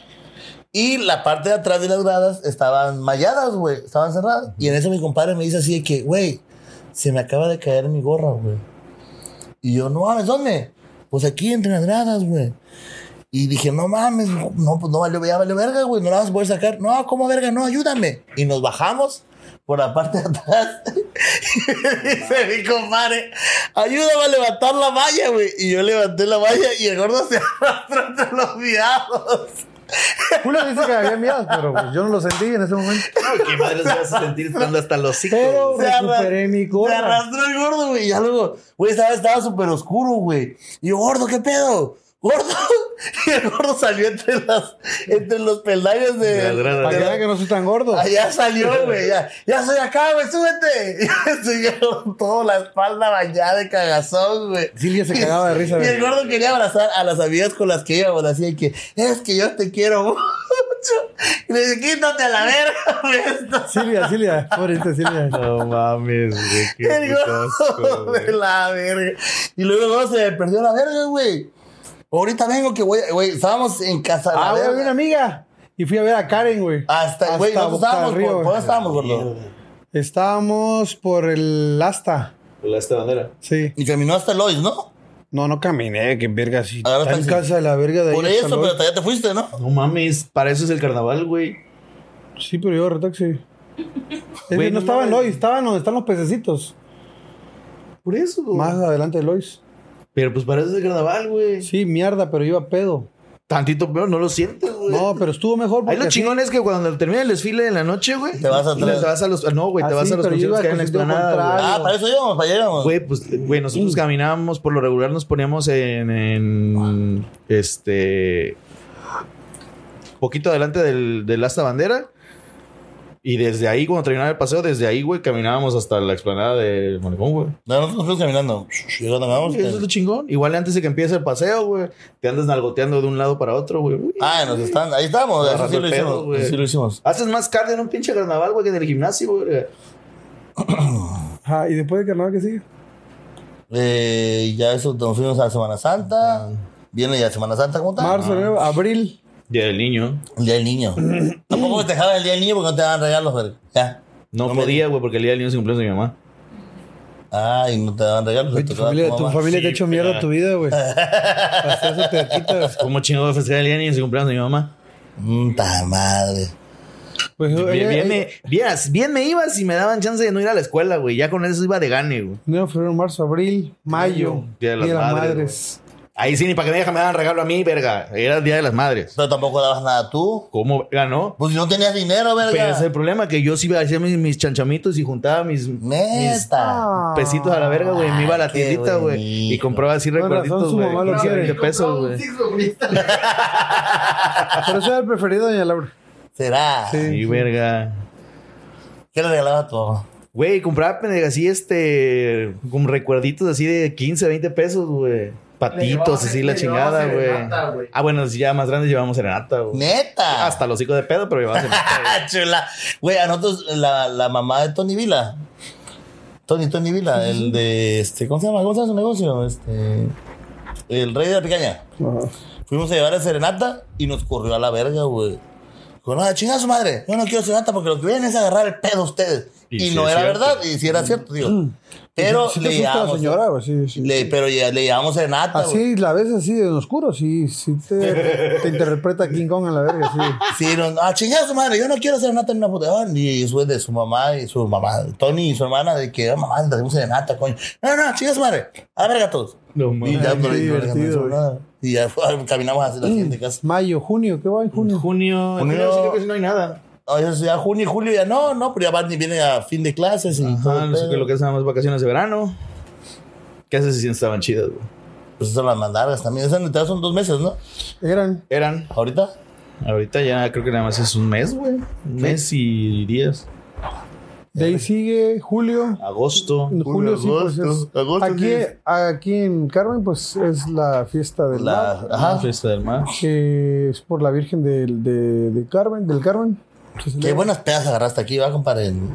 [SPEAKER 3] Y la parte de atrás de las gradas estaban malladas, güey. Estaban cerradas. Y en eso mi compadre me dice así de que, güey, se me acaba de caer mi gorra, güey. Y yo, no mames, ¿dónde? Pues aquí entre las gradas, güey. Y dije, no mames, no, pues no valió, ya valió verga, güey, no la vas a poder sacar. No, ¿cómo verga? No, ayúdame. Y nos bajamos por la parte de atrás. y me dice mi compadre, ayúdame a levantar la valla, güey. Y yo levanté la valla y el gordo se arrastra entre los viados.
[SPEAKER 1] Julio dice que había miedo, pero pues, yo no lo sentí en ese momento.
[SPEAKER 2] ¿Qué madres vas a sentir estando hasta los hocico?
[SPEAKER 1] Pero
[SPEAKER 3] Se arra-
[SPEAKER 1] recuperé mi
[SPEAKER 3] Se
[SPEAKER 1] gorra.
[SPEAKER 3] arrastró el gordo, güey. Y ya luego, güey, estaba, estaba súper oscuro, güey. Y yo, gordo, ¿qué pedo? Gordo. Y el gordo salió entre, las, entre los peldaños de.
[SPEAKER 2] De las gradas.
[SPEAKER 1] Para que
[SPEAKER 3] de la-
[SPEAKER 1] vean que no soy tan gordo.
[SPEAKER 3] Allá salió, güey. Ya, ya soy acá, güey, súbete. Y me subieron toda la espalda bañada de cagazón, güey.
[SPEAKER 1] Silvia se cagaba de risa.
[SPEAKER 3] Y el
[SPEAKER 1] güey.
[SPEAKER 3] gordo quería abrazar a las amigas con las que íbamos, así de que, es que yo te quiero mucho. Y le dije, quítate a la verga, güey. esto".
[SPEAKER 1] Silvia, Silvia, pobrecita Silvia.
[SPEAKER 2] No mames, güey. Qué
[SPEAKER 3] El
[SPEAKER 2] putasco,
[SPEAKER 3] gordo
[SPEAKER 2] güey.
[SPEAKER 3] de la verga. Y luego no, se me perdió la verga, güey. Ahorita vengo que voy, güey, estábamos en casa de la
[SPEAKER 1] Ah, güey,
[SPEAKER 3] verga.
[SPEAKER 1] había una amiga. Y fui a ver a Karen, güey.
[SPEAKER 3] Hasta, güey, nosotros
[SPEAKER 1] Boca
[SPEAKER 3] estábamos,
[SPEAKER 1] del
[SPEAKER 3] por,
[SPEAKER 1] Río,
[SPEAKER 3] ¿por
[SPEAKER 1] güey.
[SPEAKER 3] dónde estábamos, gordo?
[SPEAKER 1] Estábamos por el asta.
[SPEAKER 2] La esta bandera.
[SPEAKER 1] Sí.
[SPEAKER 3] Y caminó hasta Lois, ¿no?
[SPEAKER 1] No, no caminé, que verga, sí.
[SPEAKER 3] Agarra
[SPEAKER 1] Está en
[SPEAKER 3] taxi.
[SPEAKER 1] casa de la verga de ahí
[SPEAKER 3] Por
[SPEAKER 1] hasta
[SPEAKER 3] eso,
[SPEAKER 1] el
[SPEAKER 3] pero
[SPEAKER 1] otro.
[SPEAKER 3] todavía te fuiste, ¿no?
[SPEAKER 2] No mames, para eso es el carnaval, güey.
[SPEAKER 1] Sí, pero yo agarré taxi. Es
[SPEAKER 2] Güey,
[SPEAKER 1] que no
[SPEAKER 2] no
[SPEAKER 1] estaba en
[SPEAKER 2] mames.
[SPEAKER 1] Lois, estaban donde están los pececitos.
[SPEAKER 2] Por eso, güey.
[SPEAKER 1] Más adelante de Lois.
[SPEAKER 2] Pero pues para eso es el carnaval, güey.
[SPEAKER 1] Sí, mierda, pero iba a pedo.
[SPEAKER 2] Tantito peor, no lo sientes, güey.
[SPEAKER 1] No, pero estuvo mejor
[SPEAKER 2] Ahí
[SPEAKER 1] porque
[SPEAKER 2] lo
[SPEAKER 1] así-
[SPEAKER 2] chingón es que cuando termina el desfile en la noche, güey.
[SPEAKER 3] Te vas a
[SPEAKER 2] le-
[SPEAKER 3] atrás.
[SPEAKER 2] Te vas a los. No, güey,
[SPEAKER 1] Ah,
[SPEAKER 2] te vas
[SPEAKER 1] sí,
[SPEAKER 2] a los
[SPEAKER 1] pero yo
[SPEAKER 2] conciertos que hay en la
[SPEAKER 1] iba con sentido
[SPEAKER 2] explanada.
[SPEAKER 1] contrario.
[SPEAKER 2] güey.
[SPEAKER 3] Ah, para eso íbamos, para allá íbamos.
[SPEAKER 2] Güey, pues, güey, nosotros caminábamos, por lo regular nos poníamos en, en, este, poquito adelante del, del asta bandera. Y desde ahí, cuando terminaba el paseo, desde ahí, güey, caminábamos hasta la explanada del malecón, güey.
[SPEAKER 3] No, nosotros nos fuimos caminando. Llegando, vamos.
[SPEAKER 2] Eso es lo chingón. Igual antes de que empiece el paseo, güey, te andas nalgoteando de un lado para otro, güey. Uy.
[SPEAKER 3] Ah, nos están, ahí estamos, eso sí
[SPEAKER 2] Agarrando
[SPEAKER 3] lo
[SPEAKER 2] el pedo,
[SPEAKER 3] hicimos.
[SPEAKER 2] güey.
[SPEAKER 3] Sí lo hicimos.
[SPEAKER 2] Haces más cardio en un pinche carnaval, güey, que en el gimnasio, güey.
[SPEAKER 1] Ajá, y después de carnaval que sigue.
[SPEAKER 3] Eh, ya eso, nos fuimos a Semana Santa. Viene ya Semana Santa, ¿cómo tal?
[SPEAKER 1] Marzo, enero, abril.
[SPEAKER 2] Día del niño.
[SPEAKER 3] El Día del Niño. Tampoco te dejaban el Día del Niño porque no te daban regalos, verga. Ya.
[SPEAKER 2] No,
[SPEAKER 3] No me
[SPEAKER 2] podía, güey, porque el día del niño se cumplió de mi mamá.
[SPEAKER 3] Ay, no te daban regalos.
[SPEAKER 1] Güey,
[SPEAKER 3] te
[SPEAKER 1] tu
[SPEAKER 3] tocaba
[SPEAKER 1] familia,
[SPEAKER 3] tu
[SPEAKER 1] tu
[SPEAKER 3] mamá.
[SPEAKER 1] familia te
[SPEAKER 2] Sí,
[SPEAKER 1] ha hecho mierda
[SPEAKER 2] pero-
[SPEAKER 1] tu vida, güey. Hasta eso te quita, güey.
[SPEAKER 2] ¿Cómo chingado de festejar el día del niño se cumplió de mi mamá?
[SPEAKER 3] Mm, ta madre.
[SPEAKER 1] Pues,
[SPEAKER 2] Bien,
[SPEAKER 1] ella-
[SPEAKER 2] bien
[SPEAKER 1] ella-
[SPEAKER 2] me, vieras, bien me iba si me daban chance de no ir a la escuela, güey. Ya con eso iba de gane, güey.
[SPEAKER 1] Enero, febrero, marzo, abril, mayo.
[SPEAKER 2] Día de las Madres, Ahí sí, ni para que me dejan, me daban regalo a mí, verga. Era el Día de las Madres.
[SPEAKER 3] Pero tampoco dabas nada tú.
[SPEAKER 2] ¿Cómo ganó?
[SPEAKER 3] Pues si no tenías dinero, verga.
[SPEAKER 2] Pero ese es el problema, que yo sí iba a hacer mis, mis chanchamitos y juntaba mis, mis
[SPEAKER 1] Ah.
[SPEAKER 3] Neta.
[SPEAKER 2] pesitos Ah, a la verga, güey. Me iba a la
[SPEAKER 3] Ay, qué
[SPEAKER 2] tiendita, güey.
[SPEAKER 3] bonito.
[SPEAKER 2] Y compraba así
[SPEAKER 1] Con razón
[SPEAKER 2] recuerditos,
[SPEAKER 1] su
[SPEAKER 2] güey.
[SPEAKER 1] mamá lo
[SPEAKER 2] quince,
[SPEAKER 1] quiere.
[SPEAKER 2] veinte pesos, güey.
[SPEAKER 1] Ah, Pero ese era el preferido, doña Laura.
[SPEAKER 3] ¿Será?
[SPEAKER 1] Sí.
[SPEAKER 2] Sí, verga.
[SPEAKER 3] ¿Qué le regalabas a tu mamá?
[SPEAKER 2] Güey, compraba pendejas así, este, con recuerditos así de 15, 20 pesos, güey. Patitos,
[SPEAKER 4] llevaba-
[SPEAKER 2] así la
[SPEAKER 4] le llevaba
[SPEAKER 2] chingada,
[SPEAKER 4] serenata,
[SPEAKER 2] güey.
[SPEAKER 4] güey.
[SPEAKER 2] Ah, bueno, si ya más grandes llevamos serenata, güey.
[SPEAKER 3] Neta.
[SPEAKER 2] Hasta los hijos de pedo, pero llevaba serenata. güey.
[SPEAKER 3] Ah, chula. Güey, a nosotros, la, la mamá de Tony Vila. Tony, Tony Vila, el de este, ¿cómo se llama? ¿Cómo se llama su negocio? Este. El rey de la picaña. Fuimos a llevar a Serenata y nos corrió a la verga, güey. Dijo, no, chingada su madre. Yo no quiero Serenata porque lo que vienen es agarrar el pedo a ustedes.
[SPEAKER 2] Y
[SPEAKER 3] Y,
[SPEAKER 2] sí
[SPEAKER 3] no
[SPEAKER 2] es
[SPEAKER 3] era
[SPEAKER 2] cierto.
[SPEAKER 3] verdad, y si era cierto,
[SPEAKER 1] Mm.
[SPEAKER 3] digo. Pero
[SPEAKER 1] Sí te
[SPEAKER 3] le
[SPEAKER 1] asusta la
[SPEAKER 3] llevamos.
[SPEAKER 1] señora, ¿Ah, güey, sí, sí.
[SPEAKER 3] le- pero ya- le llevamos Serenata, güey.
[SPEAKER 1] Así, la ves así en oscuro, sí, sí te, te interpreta King Kong a la verga, sí.
[SPEAKER 3] Sí, no, no, chingada su madre, yo no quiero serenata en una puta. Ah, Y eso es de su mamá y su mamá, Tony y su hermana, de que, ah, mamá, le hacemos serenata, coño. No, no, chingada su madre, a ver, gatos.
[SPEAKER 2] No
[SPEAKER 3] Y
[SPEAKER 2] mames.
[SPEAKER 3] ya,
[SPEAKER 1] Ay, qué
[SPEAKER 3] no, y no le
[SPEAKER 1] divertido,
[SPEAKER 3] hicimos
[SPEAKER 1] güey. Mm.
[SPEAKER 3] nada. Y ya fue, caminamos hacia la siguiente casa.
[SPEAKER 1] Mayo, junio, ¿qué va en junio?
[SPEAKER 2] Junio.
[SPEAKER 3] Junio.
[SPEAKER 2] en junio sí creo que sí no hay nada.
[SPEAKER 3] No, ya, ya junio y julio, ya no, no, pero ya van y viene a fin de clases y todo.
[SPEAKER 2] Ah,
[SPEAKER 3] el
[SPEAKER 2] no sé
[SPEAKER 3] pedo.
[SPEAKER 2] qué es lo que es nada más vacaciones de verano. ¿Qué haces si estaban chidas, güey?
[SPEAKER 3] Pues esas son las más largas también. Esas literal son dos meses, ¿no?
[SPEAKER 1] Eran.
[SPEAKER 2] Eran.
[SPEAKER 3] Ahorita.
[SPEAKER 2] Ahorita ya creo que nada más es un mes, güey. Un mes y días.
[SPEAKER 1] De ahí sigue julio.
[SPEAKER 2] Agosto.
[SPEAKER 1] En julio, sí, pues
[SPEAKER 3] agosto,
[SPEAKER 1] es-
[SPEAKER 3] agosto,
[SPEAKER 1] aquí,
[SPEAKER 3] sí.
[SPEAKER 1] aquí en Carmen, pues es la fiesta del
[SPEAKER 3] La,
[SPEAKER 1] mar,
[SPEAKER 2] Ajá.
[SPEAKER 3] ajá.
[SPEAKER 2] Fiesta del mar.
[SPEAKER 1] que Eh, es por la Virgen del, de, de Carmen, del Carmen. Se
[SPEAKER 3] Qué
[SPEAKER 1] celebra.
[SPEAKER 3] buenas pedas agarraste aquí, va, compadre. En.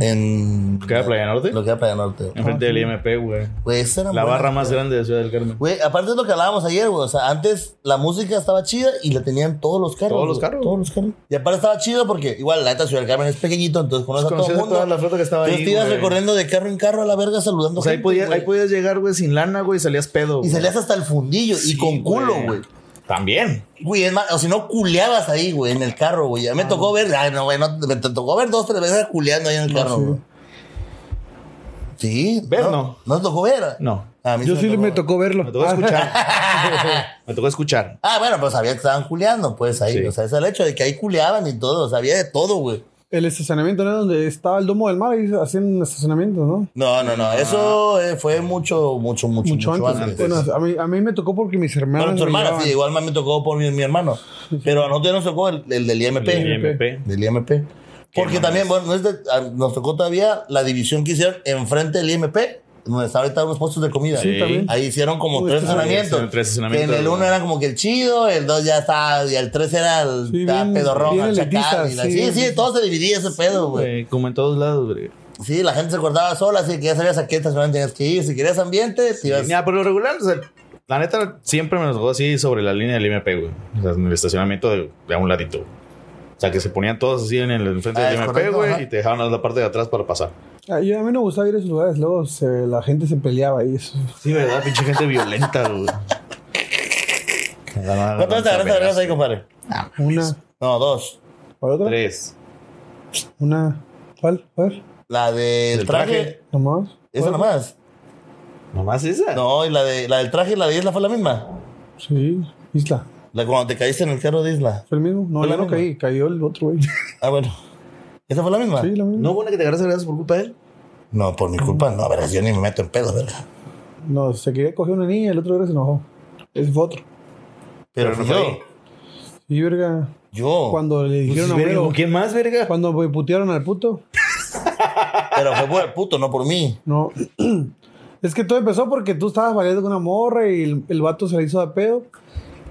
[SPEAKER 3] en
[SPEAKER 2] ¿Qué era Playa Norte?
[SPEAKER 3] Lo que era Playa Norte.
[SPEAKER 2] Enfrente del IMP, güey.
[SPEAKER 3] Güey, esas eran
[SPEAKER 2] La
[SPEAKER 3] buenas
[SPEAKER 2] barra más grande de Ciudad del Carmen.
[SPEAKER 3] Güey, aparte es lo que hablábamos ayer, güey. O sea, antes la música estaba chida y la tenían todos los carros.
[SPEAKER 2] Todos los
[SPEAKER 3] güey.
[SPEAKER 2] carros.
[SPEAKER 3] Todos los carros. Y aparte estaba chido porque, igual, la neta Ciudad del Carmen es pequeñito, entonces conoces a todo el
[SPEAKER 2] Conocías Pues a
[SPEAKER 3] mundo.
[SPEAKER 2] toda la flota que estaba
[SPEAKER 3] entonces
[SPEAKER 2] ahí,
[SPEAKER 3] te ibas
[SPEAKER 2] güey.
[SPEAKER 3] recorriendo de carro en carro a la verga saludando.
[SPEAKER 2] O sea, ahí
[SPEAKER 3] gente,
[SPEAKER 2] podías,
[SPEAKER 3] güey.
[SPEAKER 2] ahí podías llegar, güey, sin lana, güey, y salías pedo.
[SPEAKER 3] Y
[SPEAKER 2] güey.
[SPEAKER 3] salías hasta el fundillo y
[SPEAKER 2] Sí,
[SPEAKER 3] con culo, güey.
[SPEAKER 2] También.
[SPEAKER 3] Güey, es más, o si no culeabas ahí, güey, en el carro, güey. Ya me
[SPEAKER 1] Ah,
[SPEAKER 3] tocó ver, ay, no, güey, no, me te tocó ver dos, tres veces culeando ahí en el carro,
[SPEAKER 1] sí.
[SPEAKER 3] güey. Sí.
[SPEAKER 2] Ver, no.
[SPEAKER 3] No te tocó ver.
[SPEAKER 2] No.
[SPEAKER 3] A mí
[SPEAKER 1] Yo sí me tocó verlo.
[SPEAKER 2] Me tocó
[SPEAKER 1] Ah,
[SPEAKER 2] escuchar. Me tocó escuchar.
[SPEAKER 3] Ah, bueno, pero sabía que estaban culeando, pues ahí.
[SPEAKER 2] Sí.
[SPEAKER 3] O sea, es el hecho de que ahí culeaban y todo. Sabía de todo, güey.
[SPEAKER 1] El estacionamiento era donde estaba el domo del mar y hacían un estacionamiento, ¿no?
[SPEAKER 3] No, no, no. Eso eh, fue mucho, mucho, mucho,
[SPEAKER 1] Mucho, antes.
[SPEAKER 2] antes.
[SPEAKER 1] Ah. pues. Bueno, a mí, a mí me tocó porque mis hermanos.
[SPEAKER 3] Bueno, tu
[SPEAKER 1] me
[SPEAKER 3] hermana,
[SPEAKER 1] llevaban.
[SPEAKER 3] sí, igual más me tocó por mi, mi hermano. Pero a nosotros ya nos tocó el, el del IMP.
[SPEAKER 2] El IMP.
[SPEAKER 3] Del IMP. Porque también, bueno, no es de- a- nos tocó todavía la división que hicieron enfrente del IMP, donde está ahorita unos puestos de comida.
[SPEAKER 1] Sí, también.
[SPEAKER 3] Ahí hicieron como
[SPEAKER 1] Uy,
[SPEAKER 3] tres
[SPEAKER 1] sí,
[SPEAKER 3] estacionamientos.
[SPEAKER 2] hicieron tres estacionamientos,
[SPEAKER 3] Que En el uno
[SPEAKER 2] güey.
[SPEAKER 3] era como que el chido, el dos ya estaba, y el tres era el
[SPEAKER 1] Sí,
[SPEAKER 3] estaba
[SPEAKER 1] bien-
[SPEAKER 3] pedorrón,
[SPEAKER 1] bien
[SPEAKER 3] el chacal.
[SPEAKER 1] elitistas,
[SPEAKER 3] y la-
[SPEAKER 1] sí,
[SPEAKER 3] sí,
[SPEAKER 1] bien-
[SPEAKER 3] sí, todo se dividía ese pedo, güey.
[SPEAKER 2] Güey, como en todos lados, güey.
[SPEAKER 3] Sí, la gente se cortaba sola, así que ya sabías a qué estacionamiento tenías que ir. Si querías ambiente, te ibas.
[SPEAKER 2] Mira, por lo regular, o sea, la neta siempre me nos tocó así sobre la línea del IMP, güey. O sea, en el estacionamiento de, de a un ladito. güey. O sea, que se ponían todos así en el enfrente
[SPEAKER 3] Ah,
[SPEAKER 2] del
[SPEAKER 3] es
[SPEAKER 2] IMP,
[SPEAKER 3] correcto, ajá.
[SPEAKER 2] güey, y te dejaban a la parte de atrás para pasar.
[SPEAKER 1] Ah, yo- a mí no me gustaba ir a esos lugares, luego se- la gente se peleaba y eso.
[SPEAKER 2] Sí, ¿verdad? Pinche gente violenta, güey.
[SPEAKER 3] ¿Cuántas te agarraste vergas ahí, compadre?
[SPEAKER 1] Una,
[SPEAKER 3] No, dos.
[SPEAKER 1] ¿cuál otra?
[SPEAKER 2] Tres.
[SPEAKER 1] Una, ¿cuál? ¿Cuál?
[SPEAKER 3] La del
[SPEAKER 2] ¿Del
[SPEAKER 3] traje.
[SPEAKER 2] traje?
[SPEAKER 1] ¿Nomás?
[SPEAKER 3] Esa nomás.
[SPEAKER 2] ¿Nomás esa?
[SPEAKER 3] No, y la, de, la del traje y la de Isla fue la misma.
[SPEAKER 1] Sí, Isla.
[SPEAKER 3] La cuando te caíste en el carro de Isla.
[SPEAKER 1] ¿Fue el mismo? No,
[SPEAKER 3] ¿Fue la
[SPEAKER 1] yo no
[SPEAKER 3] misma?
[SPEAKER 1] caí, cayó el otro güey. Sí,
[SPEAKER 3] Ah, bueno. ¿Esa fue la misma?
[SPEAKER 1] la misma.
[SPEAKER 2] ¿No buena que te agarraste vergas por culpa de él?
[SPEAKER 3] No, por mi culpa. No, verás, yo ni me meto en pedo, ¿verdad?
[SPEAKER 1] No, se quería coger una niña y el otro güey se enojó. Ese fue otro.
[SPEAKER 2] Pero
[SPEAKER 3] Pero,
[SPEAKER 2] no
[SPEAKER 3] fui
[SPEAKER 2] fue
[SPEAKER 3] yo.
[SPEAKER 2] ahí.
[SPEAKER 1] Y verga,
[SPEAKER 3] Yo.
[SPEAKER 1] cuando le dijeron a
[SPEAKER 2] Pues, Verga,
[SPEAKER 1] Homero,
[SPEAKER 2] ¿Con quién más, verga?
[SPEAKER 1] cuando me putearon al puto,
[SPEAKER 3] Pero fue por el puto, no por mí.
[SPEAKER 1] no. es que todo empezó porque tú estabas bailando con una morra y el, el vato se la hizo de pedo.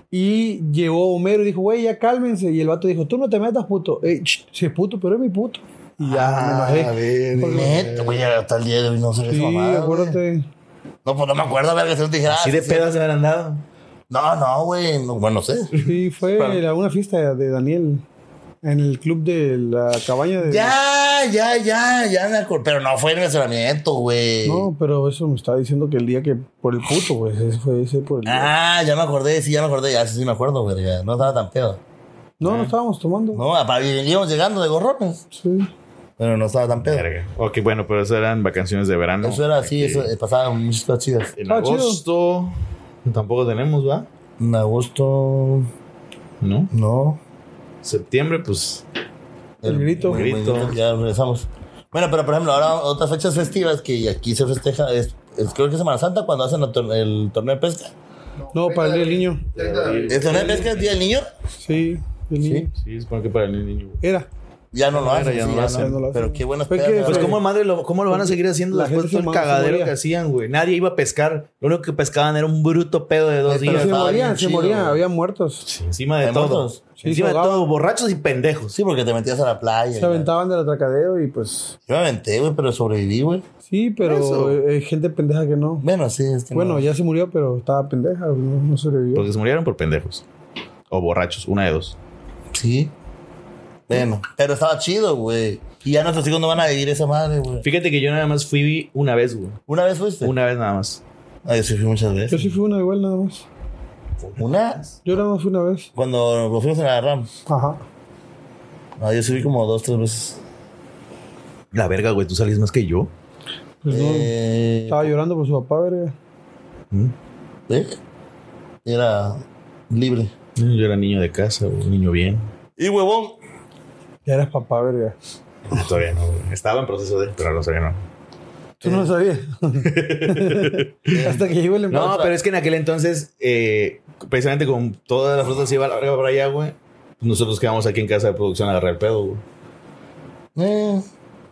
[SPEAKER 1] Y llegó Homero y dijo, güey, ya cálmense. Y el vato dijo, tú no te metas, puto. Eh, ch, sí, es puto, pero es mi puto.
[SPEAKER 2] Ah,
[SPEAKER 1] Y ya, me enojé.
[SPEAKER 3] Neta, Pues, güey, hasta el día de hoy no sé qué
[SPEAKER 1] eh. Sí,
[SPEAKER 3] mamada. güey.
[SPEAKER 1] acuérdate.
[SPEAKER 3] No, pues no me acuerdo, verga, si no te dijera. ah,
[SPEAKER 2] Así de
[SPEAKER 3] sí,
[SPEAKER 2] pedas se habrán dado.
[SPEAKER 3] sí. No, no, güey. no, bueno, no sé.
[SPEAKER 1] Sí, fue
[SPEAKER 2] Claro.
[SPEAKER 1] la- una fiesta de Daniel en el club de la cabaña de.
[SPEAKER 3] Ya, ya, ya, ya me acuerdo. Pero no fue en el estacionamiento, güey.
[SPEAKER 1] No, pero eso me estaba diciendo que el día que por el puto, güey, ese fue ese por el.
[SPEAKER 3] Ah, ya me acordé, sí, ya me acordé. Ya sí, sí me acuerdo, güey. ya, No estaba tan pedo.
[SPEAKER 1] no, no estábamos tomando.
[SPEAKER 3] No, apa- veníamos llegando de gorrones.
[SPEAKER 1] Sí.
[SPEAKER 3] Pero no estaba tan pedo.
[SPEAKER 2] Verga. Ok, bueno, pero eso eran vacaciones de verano.
[SPEAKER 3] Eso era así, eso, eh, pasaban muchas cosas chidas.
[SPEAKER 2] En
[SPEAKER 1] Ah, chido.
[SPEAKER 2] agosto. Tampoco tenemos, ¿va?
[SPEAKER 3] En agosto,
[SPEAKER 2] ¿No?
[SPEAKER 3] no.
[SPEAKER 2] Septiembre, pues.
[SPEAKER 1] El grito.
[SPEAKER 3] el
[SPEAKER 2] Grito.
[SPEAKER 3] Ya regresamos. Bueno, pero por ejemplo, ahora otras fechas festivas que aquí se festeja es, es- creo que es Semana Santa cuando hacen la tor- el torneo de pesca.
[SPEAKER 1] No, para el día del niño.
[SPEAKER 4] 30 de abril.
[SPEAKER 3] ¿El torneo de pesca es Día del Niño?
[SPEAKER 1] Sí, el niño.
[SPEAKER 2] Sí, supongo que para el niño.
[SPEAKER 1] Era.
[SPEAKER 3] Ya no lo
[SPEAKER 2] Ahora
[SPEAKER 3] hacen.
[SPEAKER 2] ya
[SPEAKER 3] sí,
[SPEAKER 2] no lo hacen.
[SPEAKER 1] No lo hacen.
[SPEAKER 3] Pero qué buenas
[SPEAKER 1] Pues que-
[SPEAKER 3] pedas.
[SPEAKER 2] Pues,
[SPEAKER 1] Sí.
[SPEAKER 2] ¿cómo, madre lo, ¿cómo lo van a seguir haciendo
[SPEAKER 1] La
[SPEAKER 2] después de
[SPEAKER 1] gente
[SPEAKER 2] todo
[SPEAKER 1] se
[SPEAKER 2] el
[SPEAKER 1] mo- se
[SPEAKER 2] cagadero
[SPEAKER 1] moría.
[SPEAKER 2] que hacían, güey? Nadie iba a pescar. Lo único que pescaban era un bruto pedo de dos
[SPEAKER 3] Ay, pero
[SPEAKER 2] días.
[SPEAKER 1] Se
[SPEAKER 3] estaba bien
[SPEAKER 1] morían, se
[SPEAKER 3] chido,
[SPEAKER 1] morían,
[SPEAKER 3] güey.
[SPEAKER 1] había muertos.
[SPEAKER 2] Sí, encima de
[SPEAKER 3] Hay
[SPEAKER 2] todo.
[SPEAKER 3] muertos.
[SPEAKER 1] Sí,
[SPEAKER 2] encima
[SPEAKER 1] se
[SPEAKER 2] de
[SPEAKER 1] ahogaban.
[SPEAKER 2] todo, borrachos y pendejos.
[SPEAKER 3] Sí, porque te metías a la playa.
[SPEAKER 1] Se
[SPEAKER 3] ya.
[SPEAKER 1] aventaban del atracadero y pues.
[SPEAKER 3] Yo me aventé, güey, pero sobreviví, güey.
[SPEAKER 1] Sí, pero
[SPEAKER 2] Eso.
[SPEAKER 1] eh, hay gente pendeja que no.
[SPEAKER 3] Bueno, sí, es que
[SPEAKER 1] Bueno,
[SPEAKER 3] no. Pues,
[SPEAKER 1] ya se murió, pero estaba pendeja, no, no sobrevivió.
[SPEAKER 2] Porque se murieron por pendejos. O borrachos, una de dos.
[SPEAKER 3] Sí. Bueno, pero estaba chido, güey. Y ya nuestros hijos no van a vivir esa madre, güey.
[SPEAKER 2] Fíjate que yo nada más fui una vez, güey.
[SPEAKER 3] ¿Una vez fuiste?
[SPEAKER 2] Una vez nada más.
[SPEAKER 3] Ah, yo sí fui muchas
[SPEAKER 1] Yo
[SPEAKER 3] veces.
[SPEAKER 1] sí fui una igual nada más.
[SPEAKER 3] ¿Una?
[SPEAKER 1] Yo nada más fui una vez.
[SPEAKER 3] Cuando lo fuimos a la RAM.
[SPEAKER 1] Ajá.
[SPEAKER 3] Ah, yo sí fui como dos, tres veces.
[SPEAKER 2] La verga, güey, tú salís más que yo.
[SPEAKER 1] Pues no.
[SPEAKER 3] Eh,
[SPEAKER 1] Estaba llorando por su papá, verga.
[SPEAKER 2] ¿Mm?
[SPEAKER 3] ¿eh? Era libre.
[SPEAKER 2] Mm, Yo era niño de casa, güey, un niño bien.
[SPEAKER 3] Y huevón.
[SPEAKER 1] Ya eras papá, verga.
[SPEAKER 2] Todavía no, güey. Estaba en proceso de. Pero no, todavía no.
[SPEAKER 1] Tú
[SPEAKER 3] Eh.
[SPEAKER 1] no lo sabías. Hasta que llegó el embarazo.
[SPEAKER 2] No, pero es que en aquel entonces, eh, precisamente con todas las frutas se iba a la verga para allá, güey. Nosotros quedamos aquí en casa de producción a agarrar el pedo, güey.
[SPEAKER 3] Eh,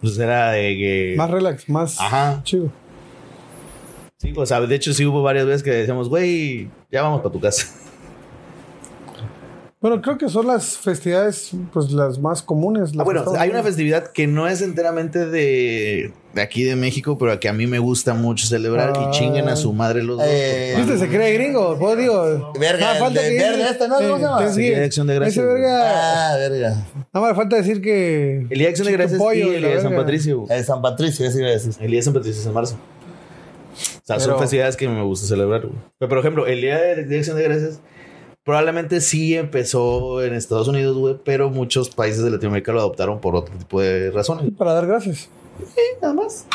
[SPEAKER 2] Entonces era de
[SPEAKER 3] pues,
[SPEAKER 2] que.
[SPEAKER 1] Más relax, más
[SPEAKER 2] Ajá.
[SPEAKER 1] chido.
[SPEAKER 2] Sí, o sea, de hecho sí hubo varias veces que decíamos, güey, ya vamos para tu casa.
[SPEAKER 1] Bueno, creo que son las festividades pues las más comunes. las
[SPEAKER 2] Ah,
[SPEAKER 1] que
[SPEAKER 2] bueno,
[SPEAKER 1] estamos
[SPEAKER 2] hay una
[SPEAKER 1] viendo.
[SPEAKER 2] festividad que no es enteramente de, de aquí de México, pero que a mí me gusta mucho celebrar
[SPEAKER 1] Ah.
[SPEAKER 2] y chingan a su madre los dos.
[SPEAKER 3] Eh,
[SPEAKER 2] por favor.
[SPEAKER 1] ¿Viste? Se cree gringo. Pues digo.
[SPEAKER 3] Verga,
[SPEAKER 1] nada falta
[SPEAKER 3] el de
[SPEAKER 1] que-
[SPEAKER 3] verga este, ¿no? ¿Cómo se llama?
[SPEAKER 1] Thanksgiving.
[SPEAKER 2] Sí, Acción de Gracias,
[SPEAKER 1] Ese verga.
[SPEAKER 3] ah, verga.
[SPEAKER 1] Nada más falta decir que.
[SPEAKER 2] El día de Acción de
[SPEAKER 1] Chico
[SPEAKER 2] Gracias y
[SPEAKER 1] Pollo y
[SPEAKER 2] el
[SPEAKER 1] la
[SPEAKER 2] día de San
[SPEAKER 1] verga.
[SPEAKER 2] Patricio. güey.
[SPEAKER 3] El Eh, San Patricio, ese iba a decir.
[SPEAKER 2] El día de San Patricio es en marzo. O sea,
[SPEAKER 1] Pero-
[SPEAKER 2] son festividades que me gusta celebrar. güey. Pero, por ejemplo, el día de de Acción de Gracias probablemente sí empezó en Estados Unidos, güey, pero muchos países de Latinoamérica lo adoptaron por otro tipo de razones.
[SPEAKER 1] Para dar gracias.
[SPEAKER 2] Nada más.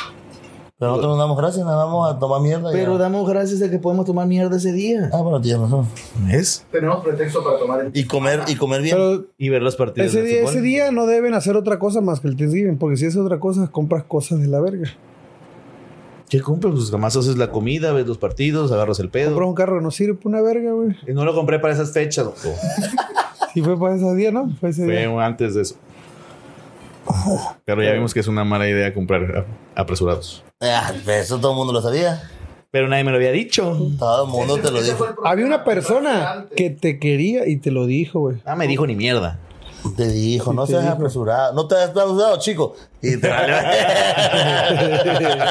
[SPEAKER 3] Pero nosotros no damos gracias, nos vamos a tomar mierda. y
[SPEAKER 2] Pero
[SPEAKER 3] Oh, ya.
[SPEAKER 2] damos gracias a que podemos tomar mierda ese día.
[SPEAKER 3] Ah, bueno, tienes razón.
[SPEAKER 2] ¿Ves?
[SPEAKER 4] Tenemos pretexto para tomar el
[SPEAKER 3] Y comer, y comer bien.
[SPEAKER 1] Pero
[SPEAKER 2] Y ver los partidos.
[SPEAKER 1] ese
[SPEAKER 2] de
[SPEAKER 1] día,
[SPEAKER 2] fútbol.
[SPEAKER 1] ese día no deben hacer otra cosa más que el Thanksgiving. Porque si es otra cosa, compras cosas de la verga.
[SPEAKER 2] ¿Qué compras? Pues jamás haces la comida, ves los partidos, agarras el pedo.
[SPEAKER 1] Compras un carro que no sirve para una verga, güey.
[SPEAKER 2] Y no lo compré para esas fechas, loco.
[SPEAKER 1] Si fue para ese día, ¿no? Fue ese
[SPEAKER 2] Fue
[SPEAKER 1] día.
[SPEAKER 2] antes de eso. Pero ya vimos que es una mala idea comprar a- apresurados.
[SPEAKER 3] Ah, pues eso todo el mundo lo sabía.
[SPEAKER 2] Pero nadie me lo había dicho.
[SPEAKER 3] Todo el mundo te lo
[SPEAKER 4] Ese
[SPEAKER 3] dijo.
[SPEAKER 4] fue el problema,
[SPEAKER 1] Había una persona
[SPEAKER 4] antes.
[SPEAKER 1] que te quería y te lo dijo, güey.
[SPEAKER 2] Ah, me dijo ni mierda.
[SPEAKER 3] Te dijo, no
[SPEAKER 1] te
[SPEAKER 3] seas
[SPEAKER 1] dijo.
[SPEAKER 3] apresurado. No te has apresurado, chico. Y te valió.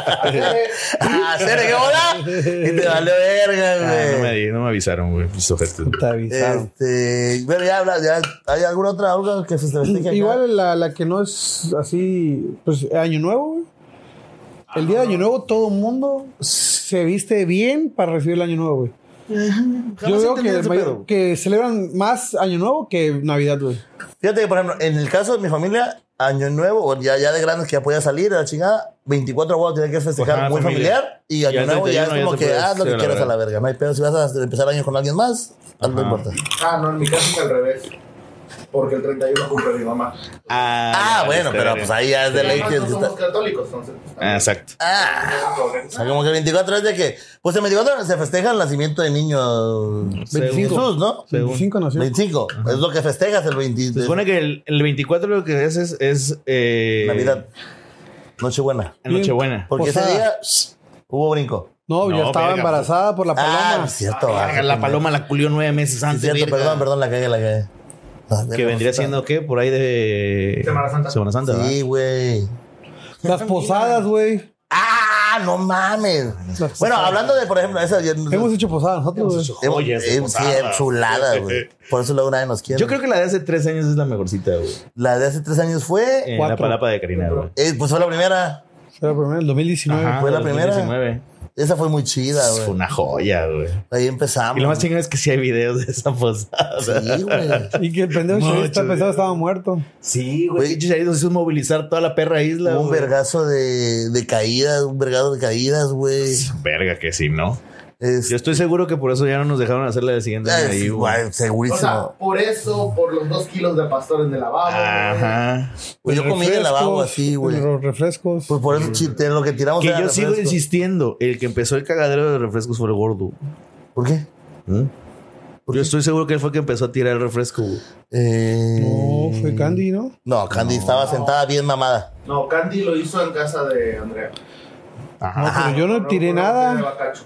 [SPEAKER 3] ah, ¿serio? ¿Qué bola? Y te valió
[SPEAKER 2] Ah,
[SPEAKER 3] verga,
[SPEAKER 2] no, me,
[SPEAKER 3] güey.
[SPEAKER 2] di- no me avisaron, güey. Mis ojetes.
[SPEAKER 1] Te avisaron.
[SPEAKER 3] este, pero ya habla, ya, ¿hay alguna otra algo que se te festeje acá?
[SPEAKER 1] Igual la, la que no es así, pues Año Nuevo, güey.
[SPEAKER 2] Ah,
[SPEAKER 1] El día de Año Nuevo todo el mundo se viste bien para recibir el Año Nuevo, güey. Yo
[SPEAKER 2] Jamás
[SPEAKER 1] veo
[SPEAKER 2] entendí
[SPEAKER 1] que,
[SPEAKER 2] ese
[SPEAKER 1] mayor-
[SPEAKER 2] pedo.
[SPEAKER 1] que celebran más Año Nuevo que Navidad, güey.
[SPEAKER 3] Fíjate que, por ejemplo, en el caso de mi familia, Año Nuevo, o ya, ya de grandes que ya podía salir, a la chingada, 24 huevos tenía que festejar
[SPEAKER 2] Ajá,
[SPEAKER 3] muy
[SPEAKER 2] familia.
[SPEAKER 3] familiar. Y
[SPEAKER 2] Ya
[SPEAKER 3] Año
[SPEAKER 2] el
[SPEAKER 3] Nuevo ya es
[SPEAKER 2] 31 ya
[SPEAKER 3] como
[SPEAKER 2] te
[SPEAKER 3] que
[SPEAKER 2] puedes
[SPEAKER 3] haz lo que
[SPEAKER 2] celebrar.
[SPEAKER 3] quieras a la verga. No hay pedo. Si vas a empezar el año con alguien más, haz no
[SPEAKER 2] Ajá.
[SPEAKER 3] importa.
[SPEAKER 4] Ah, no, en mi caso es al revés. Porque el 31 cumple mi mamá.
[SPEAKER 2] Ah,
[SPEAKER 3] Ah,
[SPEAKER 2] ya,
[SPEAKER 3] bueno,
[SPEAKER 2] este,
[SPEAKER 3] pero
[SPEAKER 2] verga.
[SPEAKER 3] pues ahí ya es de
[SPEAKER 4] Además,
[SPEAKER 3] ley que
[SPEAKER 4] no
[SPEAKER 3] está-
[SPEAKER 4] somos católicos, entonces. pues,
[SPEAKER 2] Ah,
[SPEAKER 4] también.
[SPEAKER 2] exacto.
[SPEAKER 3] Ah, o sea, como que el 24 es de que. Pues el 24 se festeja el nacimiento del niño
[SPEAKER 1] 25.
[SPEAKER 3] Jesús, ¿no?
[SPEAKER 2] Según.
[SPEAKER 1] 25 naciones.
[SPEAKER 3] 25. Es lo que festejas el 20
[SPEAKER 2] Se supone que el, el 24 lo que es es, es, eh,
[SPEAKER 3] Navidad. Nochebuena.
[SPEAKER 2] Nochebuena.
[SPEAKER 3] Porque
[SPEAKER 1] Posada.
[SPEAKER 3] ese día shh, hubo brinco.
[SPEAKER 1] No, ya
[SPEAKER 2] No,
[SPEAKER 1] estaba
[SPEAKER 2] verga,
[SPEAKER 1] embarazada por la
[SPEAKER 3] Ah,
[SPEAKER 1] paloma.
[SPEAKER 3] es cierto. ah,
[SPEAKER 2] Verga, la
[SPEAKER 3] sí,
[SPEAKER 2] paloma la culió nueve meses
[SPEAKER 3] sí,
[SPEAKER 2] antes.
[SPEAKER 3] cierto,
[SPEAKER 2] verga.
[SPEAKER 3] perdón, perdón, la cagué, la cagué. Ah,
[SPEAKER 2] Que
[SPEAKER 3] verga,
[SPEAKER 2] vendría
[SPEAKER 3] sí,
[SPEAKER 2] siendo, ¿qué? Por ahí de...
[SPEAKER 4] Semana Santa.
[SPEAKER 2] Semana Santa, ¿verdad?
[SPEAKER 3] Sí, güey.
[SPEAKER 1] Las posadas, güey.
[SPEAKER 3] ¡Ah! Ah, no mames. Bueno, hablando de, por ejemplo, esa.
[SPEAKER 1] Hemos hecho posada nosotros, güey.
[SPEAKER 3] Hemos-
[SPEAKER 2] Joyas de
[SPEAKER 3] eh, sí,
[SPEAKER 2] posada.
[SPEAKER 3] chulada, güey. Por eso luego nadie nos quiere.
[SPEAKER 2] Yo creo que la de hace tres años es la mejorcita, güey.
[SPEAKER 3] La de hace tres años fue.
[SPEAKER 2] En
[SPEAKER 1] Cuatro.
[SPEAKER 2] la palapa de Karina, güey.
[SPEAKER 3] eh, pues fue la primera.
[SPEAKER 1] Era la primera, el 2019.
[SPEAKER 2] Ajá,
[SPEAKER 3] ¿Fue la primera?
[SPEAKER 2] 2019.
[SPEAKER 3] Esa fue muy chida,
[SPEAKER 2] Fue
[SPEAKER 3] güey.
[SPEAKER 2] una joya, güey.
[SPEAKER 3] Ahí empezamos.
[SPEAKER 2] Y lo más chingón es que sí hay videos de esa posada.
[SPEAKER 3] Sí, güey.
[SPEAKER 1] Y que el pendejo
[SPEAKER 2] Mucho,
[SPEAKER 1] Chayito está pensado
[SPEAKER 2] güey.
[SPEAKER 1] estaba muerto.
[SPEAKER 2] Sí, güey.
[SPEAKER 3] Güey.
[SPEAKER 2] Chicharito hizo movilizar toda la perra isla.
[SPEAKER 3] Hubo un
[SPEAKER 2] güey.
[SPEAKER 3] vergazo de, de caídas, un vergazo de caídas, güey.
[SPEAKER 2] Verga que sí, ¿no?
[SPEAKER 3] Es-
[SPEAKER 2] Yo estoy seguro que por eso ya no nos dejaron hacer la de siguiente año
[SPEAKER 3] es-
[SPEAKER 2] ahí, güey.
[SPEAKER 3] güey,
[SPEAKER 4] O sea,
[SPEAKER 3] segurísimo.
[SPEAKER 4] por eso, por los dos kilos de pastores de lavado. eh,
[SPEAKER 2] Ajá.
[SPEAKER 3] Güey, Pues yo
[SPEAKER 1] Los
[SPEAKER 3] comí en el lavabo
[SPEAKER 1] refrescos,
[SPEAKER 3] así, güey.
[SPEAKER 1] Los refrescos.
[SPEAKER 3] Pues por eso chiste, lo que tiramos
[SPEAKER 2] Que
[SPEAKER 3] era
[SPEAKER 2] yo sigo
[SPEAKER 3] refresco.
[SPEAKER 2] insistiendo, el que empezó el cagadero de refrescos fue el gordo.
[SPEAKER 3] ¿Por qué?
[SPEAKER 2] ¿Mm? Yo estoy seguro que él fue el que empezó a tirar el refresco, güey.
[SPEAKER 3] Eh,
[SPEAKER 1] No, fue Candy, ¿no?
[SPEAKER 3] No, Candy estaba sentada bien mamada.
[SPEAKER 4] No, Candy lo hizo en casa de Andrea.
[SPEAKER 3] Ah.
[SPEAKER 1] No, pero Ah, yo no tiré
[SPEAKER 4] De
[SPEAKER 1] nada.
[SPEAKER 4] bacacho.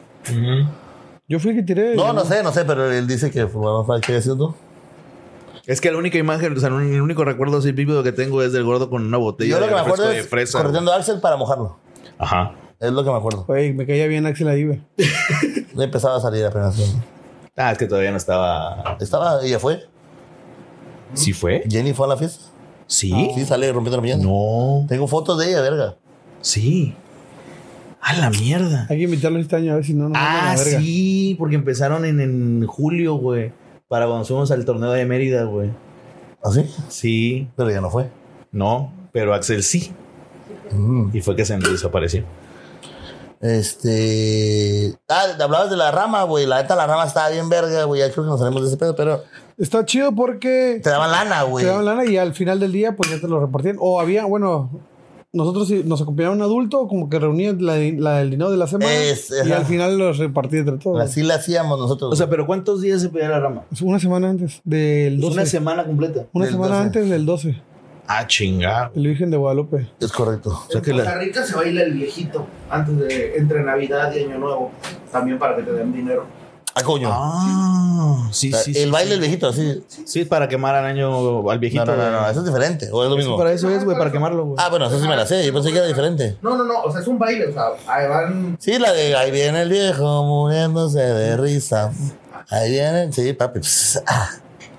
[SPEAKER 1] Yo fui el que tiré.
[SPEAKER 3] No, no sé, no sé, pero él dice que fumaba mal. ¿Qué decías tú?
[SPEAKER 2] Es que la única imagen, o sea, el único recuerdo así vívido que tengo es del gordo con una botella
[SPEAKER 3] Yo lo
[SPEAKER 2] de
[SPEAKER 3] que me
[SPEAKER 2] refresco
[SPEAKER 3] acuerdo
[SPEAKER 2] de
[SPEAKER 3] es
[SPEAKER 2] fresa.
[SPEAKER 3] correteando a Axel para mojarlo.
[SPEAKER 2] güey. Ajá.
[SPEAKER 3] Es lo que me acuerdo.
[SPEAKER 1] Güey, me caía bien Axel ahí, güey.
[SPEAKER 3] Le empezaba a salir apenas.
[SPEAKER 2] Ah, es que todavía no estaba.
[SPEAKER 3] Estaba, ella fue.
[SPEAKER 2] ¿Sí fue?
[SPEAKER 3] Jenny fue a la fiesta.
[SPEAKER 2] ¿Sí?
[SPEAKER 3] Sí, sale rompiendo la mañana.
[SPEAKER 2] No.
[SPEAKER 3] Tengo fotos de ella, verga.
[SPEAKER 2] Sí. A la mierda.
[SPEAKER 1] Hay que invitarlo este año a ver si no nos mandan
[SPEAKER 2] Ah,
[SPEAKER 1] a la verga.
[SPEAKER 2] sí, porque empezaron en, en julio, güey. Para cuando fuimos al torneo de Mérida, güey.
[SPEAKER 3] ¿Así?
[SPEAKER 2] Sí,
[SPEAKER 3] ¿Ah, Pero ya no fue.
[SPEAKER 2] no, pero Axel sí.
[SPEAKER 3] Mm.
[SPEAKER 2] Y fue que se desapareció.
[SPEAKER 3] Este. Ah, te hablabas de la rama, güey. La neta, la rama estaba bien verga, güey. Ya creo que nos salimos de ese pedo, pero
[SPEAKER 1] Está chido porque
[SPEAKER 3] te daban lana, güey.
[SPEAKER 1] te daban lana y al final del día, pues ya te lo repartían. O había, bueno, nosotros sí- nos acompañaba un adulto, como que reunían la, la- el dinero de la semana
[SPEAKER 3] Es-
[SPEAKER 1] y
[SPEAKER 3] ajá.
[SPEAKER 1] al final los repartía entre todos.
[SPEAKER 3] Así la hacíamos nosotros.
[SPEAKER 2] O sea, pero ¿cuántos días se pedía la rama?
[SPEAKER 1] Una semana antes del 12.
[SPEAKER 2] Una semana completa.
[SPEAKER 1] Una
[SPEAKER 3] Del
[SPEAKER 1] semana
[SPEAKER 3] 12.
[SPEAKER 1] antes del 12,
[SPEAKER 2] Ah, chingado.
[SPEAKER 1] el Virgen de Guadalupe.
[SPEAKER 3] güey. es correcto.
[SPEAKER 2] sea
[SPEAKER 4] En
[SPEAKER 2] que la-
[SPEAKER 4] Costa Rica se baila el viejito antes de entre Navidad y Año Nuevo, también para que te den dinero.
[SPEAKER 3] Ah, coño.
[SPEAKER 2] Ah, sí,
[SPEAKER 3] O sea,
[SPEAKER 2] sí.
[SPEAKER 3] el
[SPEAKER 2] sí,
[SPEAKER 3] baile
[SPEAKER 2] sí.
[SPEAKER 3] del viejito, así.
[SPEAKER 2] Sí, para quemar al año al viejito.
[SPEAKER 3] No, no, no, no,
[SPEAKER 2] güey.
[SPEAKER 3] eso es diferente. O es lo mismo.
[SPEAKER 2] Para eso es, güey, para quemarlo, güey.
[SPEAKER 3] Ah, bueno, eso sí me la sé. Yo pensé que era diferente.
[SPEAKER 4] No, no, no, o sea, es un baile, o sea, ahí van
[SPEAKER 3] Sí, la de ahí viene el viejo muriéndose de risa. Ahí viene, sí, papi. Pss, ah.
[SPEAKER 2] pues,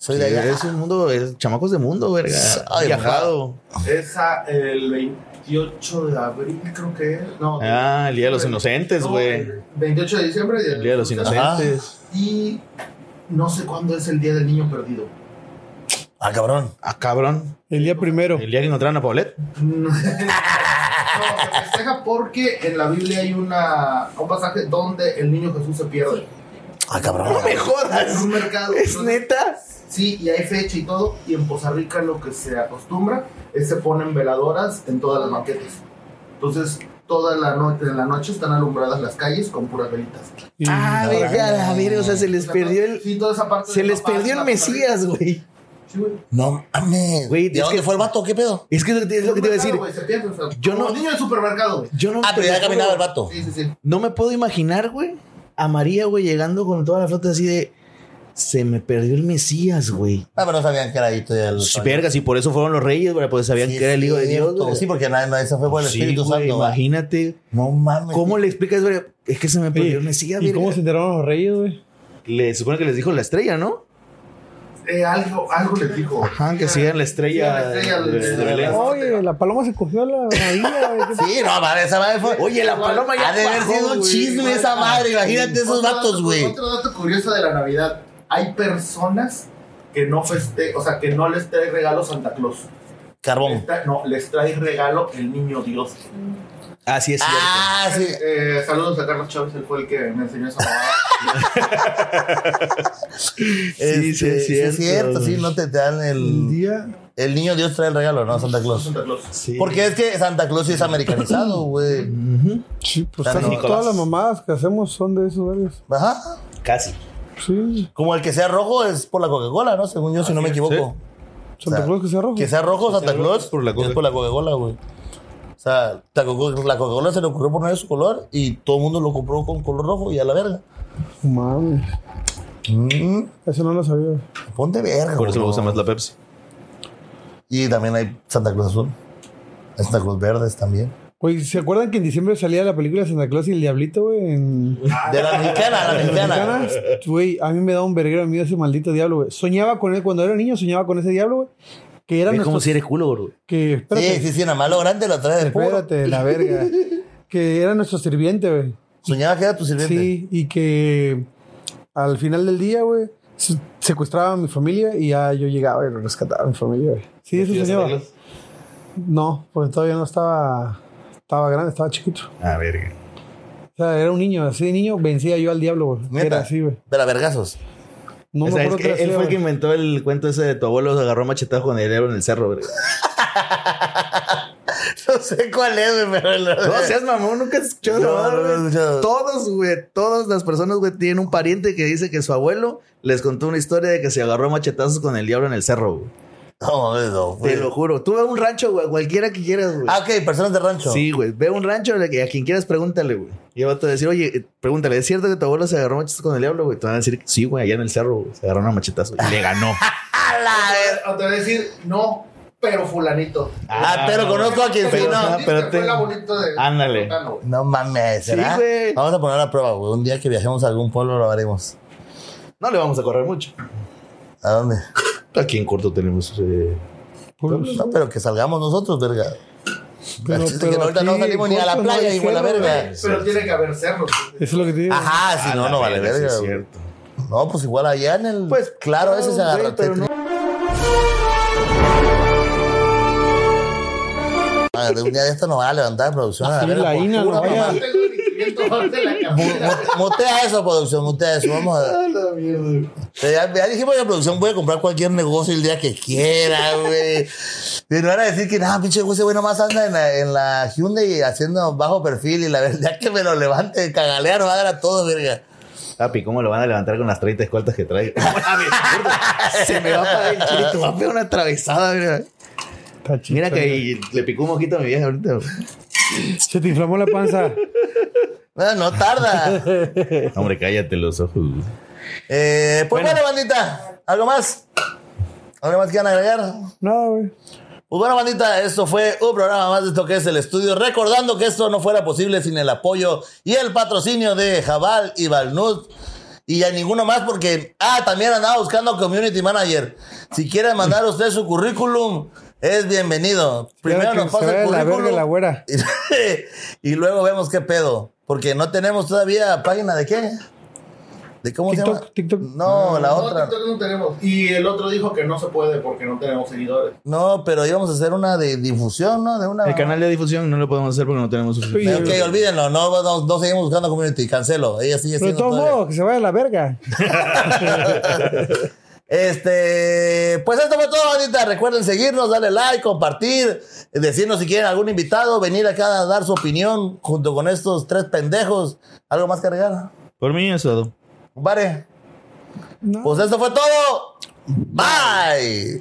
[SPEAKER 3] Soy de allá.
[SPEAKER 2] es un mundo, es chamacos de mundo, verga.
[SPEAKER 3] Ay,
[SPEAKER 2] Viajado.
[SPEAKER 4] esa el 28 de abril, creo que es. No,
[SPEAKER 2] Ah, el día de los
[SPEAKER 4] no,
[SPEAKER 2] inocentes,
[SPEAKER 4] no,
[SPEAKER 2] güey.
[SPEAKER 4] el 28 de diciembre,
[SPEAKER 2] El día de los inocentes.
[SPEAKER 4] Y no sé cuándo es el día del niño perdido.
[SPEAKER 3] Ah, cabrón.
[SPEAKER 2] Ah, cabrón.
[SPEAKER 1] El día primero.
[SPEAKER 2] El día que encontraron a Paulette.
[SPEAKER 4] No, se festeja porque en la Biblia hay una, un pasaje donde el niño Jesús se pierde.
[SPEAKER 3] Ah, cabrón.
[SPEAKER 4] En
[SPEAKER 2] jodas.
[SPEAKER 4] un mercado. entonces,
[SPEAKER 2] neta?
[SPEAKER 4] Sí, y hay fecha y todo. Y en Poza Rica lo que se acostumbra es se ponen veladoras en todas las maquetas. Entonces, toda la noche, en la noche están alumbradas las calles con puras velitas.
[SPEAKER 1] Y-
[SPEAKER 2] Ah, verga, la verga. O sea, se les perdió el.
[SPEAKER 4] Sí, toda esa parte
[SPEAKER 2] Se
[SPEAKER 4] de
[SPEAKER 2] les
[SPEAKER 4] la paz,
[SPEAKER 2] perdió el
[SPEAKER 4] la Poza Rica.
[SPEAKER 2] Mesías, güey.
[SPEAKER 4] Sí, güey.
[SPEAKER 3] No mames.
[SPEAKER 2] Güey,
[SPEAKER 3] ¿De
[SPEAKER 2] es
[SPEAKER 3] dónde
[SPEAKER 2] que-
[SPEAKER 3] fue el vato? ¿Qué pedo?
[SPEAKER 2] Es que es lo que te iba a decir.
[SPEAKER 4] Mercado, güey, se pierde, o sea,
[SPEAKER 2] Yo
[SPEAKER 4] como
[SPEAKER 2] no-
[SPEAKER 4] niño del supermercado, güey.
[SPEAKER 2] Yo no,
[SPEAKER 3] Ah, pero
[SPEAKER 2] te
[SPEAKER 3] ya
[SPEAKER 2] lo
[SPEAKER 3] caminaba el
[SPEAKER 2] juro,
[SPEAKER 3] vato.
[SPEAKER 4] Sí, sí, sí.
[SPEAKER 2] no me puedo imaginar, güey, a María, güey, llegando con toda la flota así de. Se me perdió el Mesías, güey.
[SPEAKER 3] Ah, pero no sabían que era ahí todavía. el-
[SPEAKER 2] Sh, Vergas, y por eso fueron los reyes, güey, pues sabían
[SPEAKER 3] Sí,
[SPEAKER 2] que era el hijo de Dios,
[SPEAKER 3] cierto.
[SPEAKER 2] güey.
[SPEAKER 3] Sí, porque nadie nadie se fue por el
[SPEAKER 2] Sí,
[SPEAKER 3] Espíritu
[SPEAKER 2] güey,
[SPEAKER 3] Santo. va.
[SPEAKER 2] Imagínate.
[SPEAKER 3] No mames.
[SPEAKER 2] ¿Cómo le explicas, güey? Es que se me
[SPEAKER 1] Oye,
[SPEAKER 2] perdió el Mesías,
[SPEAKER 1] ¿Y
[SPEAKER 2] güey.
[SPEAKER 1] cómo se enteraron los reyes, güey?
[SPEAKER 2] Le supone que les dijo la estrella, ¿no?
[SPEAKER 4] Eh, algo, algo les dijo.
[SPEAKER 2] Ajá, que sigan la estrella
[SPEAKER 4] Sigan la
[SPEAKER 2] de-
[SPEAKER 4] estrella
[SPEAKER 2] de
[SPEAKER 4] de-
[SPEAKER 2] Belén.
[SPEAKER 1] Oye, la paloma se cogió a la María, güey.
[SPEAKER 3] Sí, no, madre, esa madre fue.
[SPEAKER 2] Oye, la paloma ya
[SPEAKER 3] Ha de haber
[SPEAKER 2] bajó,
[SPEAKER 3] sido un
[SPEAKER 2] güey.
[SPEAKER 3] chisme esa madre. Imagínate esos
[SPEAKER 4] Otro
[SPEAKER 3] vatos,
[SPEAKER 4] dato-
[SPEAKER 3] güey.
[SPEAKER 4] Otro dato curioso de la Navidad. Hay personas que no feste, o sea, que no les trae regalo Santa Claus. Les
[SPEAKER 3] Carbón.
[SPEAKER 4] trae- no, les trae regalo el niño Dios.
[SPEAKER 2] Así es. cierto.
[SPEAKER 3] Ah, sí.
[SPEAKER 4] Eh, saludos a Carlos Chávez, él fue el que me enseñó esa mamada.
[SPEAKER 3] Este,
[SPEAKER 2] sí, es cierto,
[SPEAKER 3] Sí, cierto, sí,
[SPEAKER 2] güey.
[SPEAKER 3] no te, te dan
[SPEAKER 1] El
[SPEAKER 3] el.
[SPEAKER 1] día.
[SPEAKER 3] El niño Dios trae el regalo, ¿no? Santa Claus.
[SPEAKER 4] Santa Claus.
[SPEAKER 2] Sí.
[SPEAKER 3] Porque es que Santa Claus sí es americanizado, güey.
[SPEAKER 2] Ujú.
[SPEAKER 1] Sí, pues
[SPEAKER 3] San
[SPEAKER 1] casi
[SPEAKER 3] Nicolás.
[SPEAKER 1] todas las mamadas que hacemos son de esos varios.
[SPEAKER 3] Ajá.
[SPEAKER 2] Casi.
[SPEAKER 1] Sí,
[SPEAKER 3] Como el que sea rojo es por la Coca-Cola, ¿no? Según yo, si no me equivoco.
[SPEAKER 1] Santa
[SPEAKER 3] O sea,
[SPEAKER 1] Claus que se rojo.
[SPEAKER 3] Que sea rojo Santa Claus
[SPEAKER 2] por la
[SPEAKER 3] es
[SPEAKER 2] Coca.
[SPEAKER 3] por la Coca-Cola, güey. O sea, la Coca- la Coca-Cola se le ocurrió poner su color y todo el mundo lo compró con color rojo y a la verga.
[SPEAKER 1] Mami,
[SPEAKER 3] Mm,
[SPEAKER 1] eso no lo sabía.
[SPEAKER 3] ponte verga.
[SPEAKER 2] Por eso me
[SPEAKER 3] güey.
[SPEAKER 2] gusta más la Pepsi.
[SPEAKER 3] Y también hay Santa Claus azul. Hay Santa Claus verdes también.
[SPEAKER 1] Oye, ¿se acuerdan que en diciembre salía la película Santa Claus y el Diablito, güey? En...
[SPEAKER 3] De la mexicana, la mexicana.
[SPEAKER 1] Mexicanas, güey, a mí me da un verguero de miedo ese maldito diablo, güey. Soñaba con él cuando era niño, soñaba con ese diablo, güey. Que era
[SPEAKER 5] Es como
[SPEAKER 1] nuestro.
[SPEAKER 5] si eres culo, bro.
[SPEAKER 1] Que, espérate,
[SPEAKER 3] Sí, sí, sí, nada más lo grande lo trae de puro.
[SPEAKER 1] espérate, la verga. que era nuestro sirviente, güey.
[SPEAKER 3] Soñaba que era tu sirviente.
[SPEAKER 1] Sí, y que al final del día, güey, se- secuestraba a mi familia y ya yo llegaba y lo rescataba a mi familia, güey. Sí, eso soñaba. No, porque todavía no estaba. Estaba grande, estaba chiquito.
[SPEAKER 2] A ver.
[SPEAKER 1] O sea, era un niño, así de niño vencía yo al diablo, güey.
[SPEAKER 3] Neta.
[SPEAKER 1] Era así, güey.
[SPEAKER 3] De la vergazos.
[SPEAKER 1] No
[SPEAKER 2] o sea,
[SPEAKER 1] me
[SPEAKER 2] es
[SPEAKER 1] acuerdo
[SPEAKER 2] que
[SPEAKER 1] qué
[SPEAKER 2] él
[SPEAKER 1] hacía,
[SPEAKER 2] fue el que
[SPEAKER 1] güey.
[SPEAKER 2] inventó el cuento ese de tu abuelo se agarró machetazo con el diablo en el cerro, güey.
[SPEAKER 3] No sé cuál es, güey, pero...
[SPEAKER 5] No seas mamón, nunca has escuchado
[SPEAKER 3] No,
[SPEAKER 5] esa mamada,
[SPEAKER 3] no, no,
[SPEAKER 5] güey.
[SPEAKER 3] no he escuchado.
[SPEAKER 5] Todos, güey, todas las personas, güey, tienen un pariente que dice que su abuelo les contó una historia de que se agarró a machetazos con el diablo en el cerro, güey.
[SPEAKER 3] No, no, no, güey.
[SPEAKER 5] Te lo juro. Tú ve a un rancho, güey, cualquiera que quieras, güey.
[SPEAKER 3] Ah, ok, personas de rancho.
[SPEAKER 5] Sí, güey. Ve a un rancho le- a quien quieras, pregúntale, güey. Y el vato va a decir, oye, eh, pregúntale, ¿es cierto que tu abuelo se agarró machetazos con el diablo, güey? Te van a decir, sí, güey, allá en el cerro, güey, se agarró a machetazos y le ganó.
[SPEAKER 3] A la ver-
[SPEAKER 4] O te voy a decir, no, pero fulanito.
[SPEAKER 3] Ah, pero conozco a quien sí,
[SPEAKER 4] Pero,
[SPEAKER 3] no.
[SPEAKER 4] ¿entendiste?
[SPEAKER 2] pero te-
[SPEAKER 4] Fue la bonito de...
[SPEAKER 2] Ándale.
[SPEAKER 4] Tano, güey.
[SPEAKER 3] No mames, ¿será?
[SPEAKER 5] Sí, güey.
[SPEAKER 3] Vamos a poner a prueba, güey. Un día que viajemos a algún pueblo lo haremos.
[SPEAKER 5] No le vamos a correr mucho.
[SPEAKER 3] ¿A dónde?
[SPEAKER 2] Aquí en corto tenemos. eh,
[SPEAKER 1] Puros-
[SPEAKER 3] No, pero que salgamos nosotros, verga.
[SPEAKER 1] Pues, Pero-
[SPEAKER 3] El chiste es
[SPEAKER 1] pero
[SPEAKER 3] que ahorita no
[SPEAKER 1] aquí,
[SPEAKER 3] salimos ni a la
[SPEAKER 1] putos, no
[SPEAKER 3] playa,
[SPEAKER 1] hay
[SPEAKER 3] hijo de la
[SPEAKER 1] cerro,
[SPEAKER 3] verga.
[SPEAKER 4] Pero tiene que haber cerros.
[SPEAKER 1] Eso es lo que te digo.
[SPEAKER 3] Ajá, si
[SPEAKER 2] a
[SPEAKER 3] Ah, no,
[SPEAKER 2] Ah, la
[SPEAKER 3] no vale
[SPEAKER 2] verga, sí
[SPEAKER 3] verga.
[SPEAKER 2] es
[SPEAKER 3] güey.
[SPEAKER 2] cierto.
[SPEAKER 3] No, pues igual allá en el. Pues claro, ese se
[SPEAKER 5] claro,
[SPEAKER 3] agarra.
[SPEAKER 5] güey, pero
[SPEAKER 3] tetri- Ah, de un día de esto nos van a levantar producción. a
[SPEAKER 1] Sí,
[SPEAKER 3] la verga,
[SPEAKER 1] la
[SPEAKER 3] por-
[SPEAKER 1] INA, no
[SPEAKER 4] Pura
[SPEAKER 1] vaya.
[SPEAKER 4] mamá, tengo el inquilino, dónde la camisa.
[SPEAKER 3] Mu- Mutea eso, producción, mutea eso. Vamos a. Eh, Ya, ya dijimos que producción puede comprar cualquier negocio el día que quiera, güey. Y no van a decir que, nada, pinche güey, ese güey nomás anda en la, en la Hyundai haciendo bajo perfil y la verdad que me lo levante, cagalea, nos va a dar a todos, verga.
[SPEAKER 2] Papi, ¿cómo lo van a levantar con las 30 escoltas que trae?
[SPEAKER 5] Se me va para el chile, te va a pegar una atravesada, mira.
[SPEAKER 1] Está chido.
[SPEAKER 5] Mira que y le picó un ojito a mi vieja ahorita. güey.
[SPEAKER 1] Se te inflamó la panza.
[SPEAKER 3] Bueno, no tarda.
[SPEAKER 2] Hombre, cállate los ojos. güey.
[SPEAKER 3] Eh, pues bueno. bandita, ¿algo más? ¿Algo más quieran agregar?
[SPEAKER 1] Nada, güey.
[SPEAKER 3] Pues bueno, bandita, esto fue un programa más de esto que es el estudio. Recordando que esto no fuera posible sin el apoyo y el patrocinio de Jabal y Balnud. Y a ninguno más porque, ah, también andaba buscando community manager. Si quiere mandar usted su currículum, es bienvenido. Primero
[SPEAKER 1] Primero
[SPEAKER 3] nos
[SPEAKER 1] se
[SPEAKER 3] pasa
[SPEAKER 1] vaya
[SPEAKER 3] el
[SPEAKER 1] a la verga la
[SPEAKER 3] currículum
[SPEAKER 1] güera.
[SPEAKER 3] y, y luego vemos qué pedo. Porque no tenemos todavía página de qué. ¿De cómo se
[SPEAKER 1] TikTok,
[SPEAKER 3] llama?
[SPEAKER 1] TikTok.
[SPEAKER 3] No, la
[SPEAKER 4] No,
[SPEAKER 3] otra.
[SPEAKER 4] TikTok no tenemos. Y el otro dijo que no se puede porque no tenemos seguidores.
[SPEAKER 3] No, pero íbamos a hacer una de difusión, ¿no? De una.
[SPEAKER 2] El canal de difusión no lo podemos hacer porque no tenemos
[SPEAKER 1] Sí.
[SPEAKER 2] suficiente.
[SPEAKER 3] Ok, olvídenlo, no, no, no seguimos buscando community, cancelo. Ella sigue
[SPEAKER 1] Pero de
[SPEAKER 3] siendo
[SPEAKER 1] todos
[SPEAKER 3] todavía.
[SPEAKER 1] modos, que se vaya a la verga.
[SPEAKER 3] Este, pues esto fue todo, bandita. Recuerden seguirnos, darle like, compartir, decirnos si quieren algún invitado, venir acá a dar su opinión junto con estos tres pendejos. ¿Algo más que agregar?
[SPEAKER 2] Por mí es todo.
[SPEAKER 3] Vale,
[SPEAKER 1] No.
[SPEAKER 3] pues esto fue todo. Bye.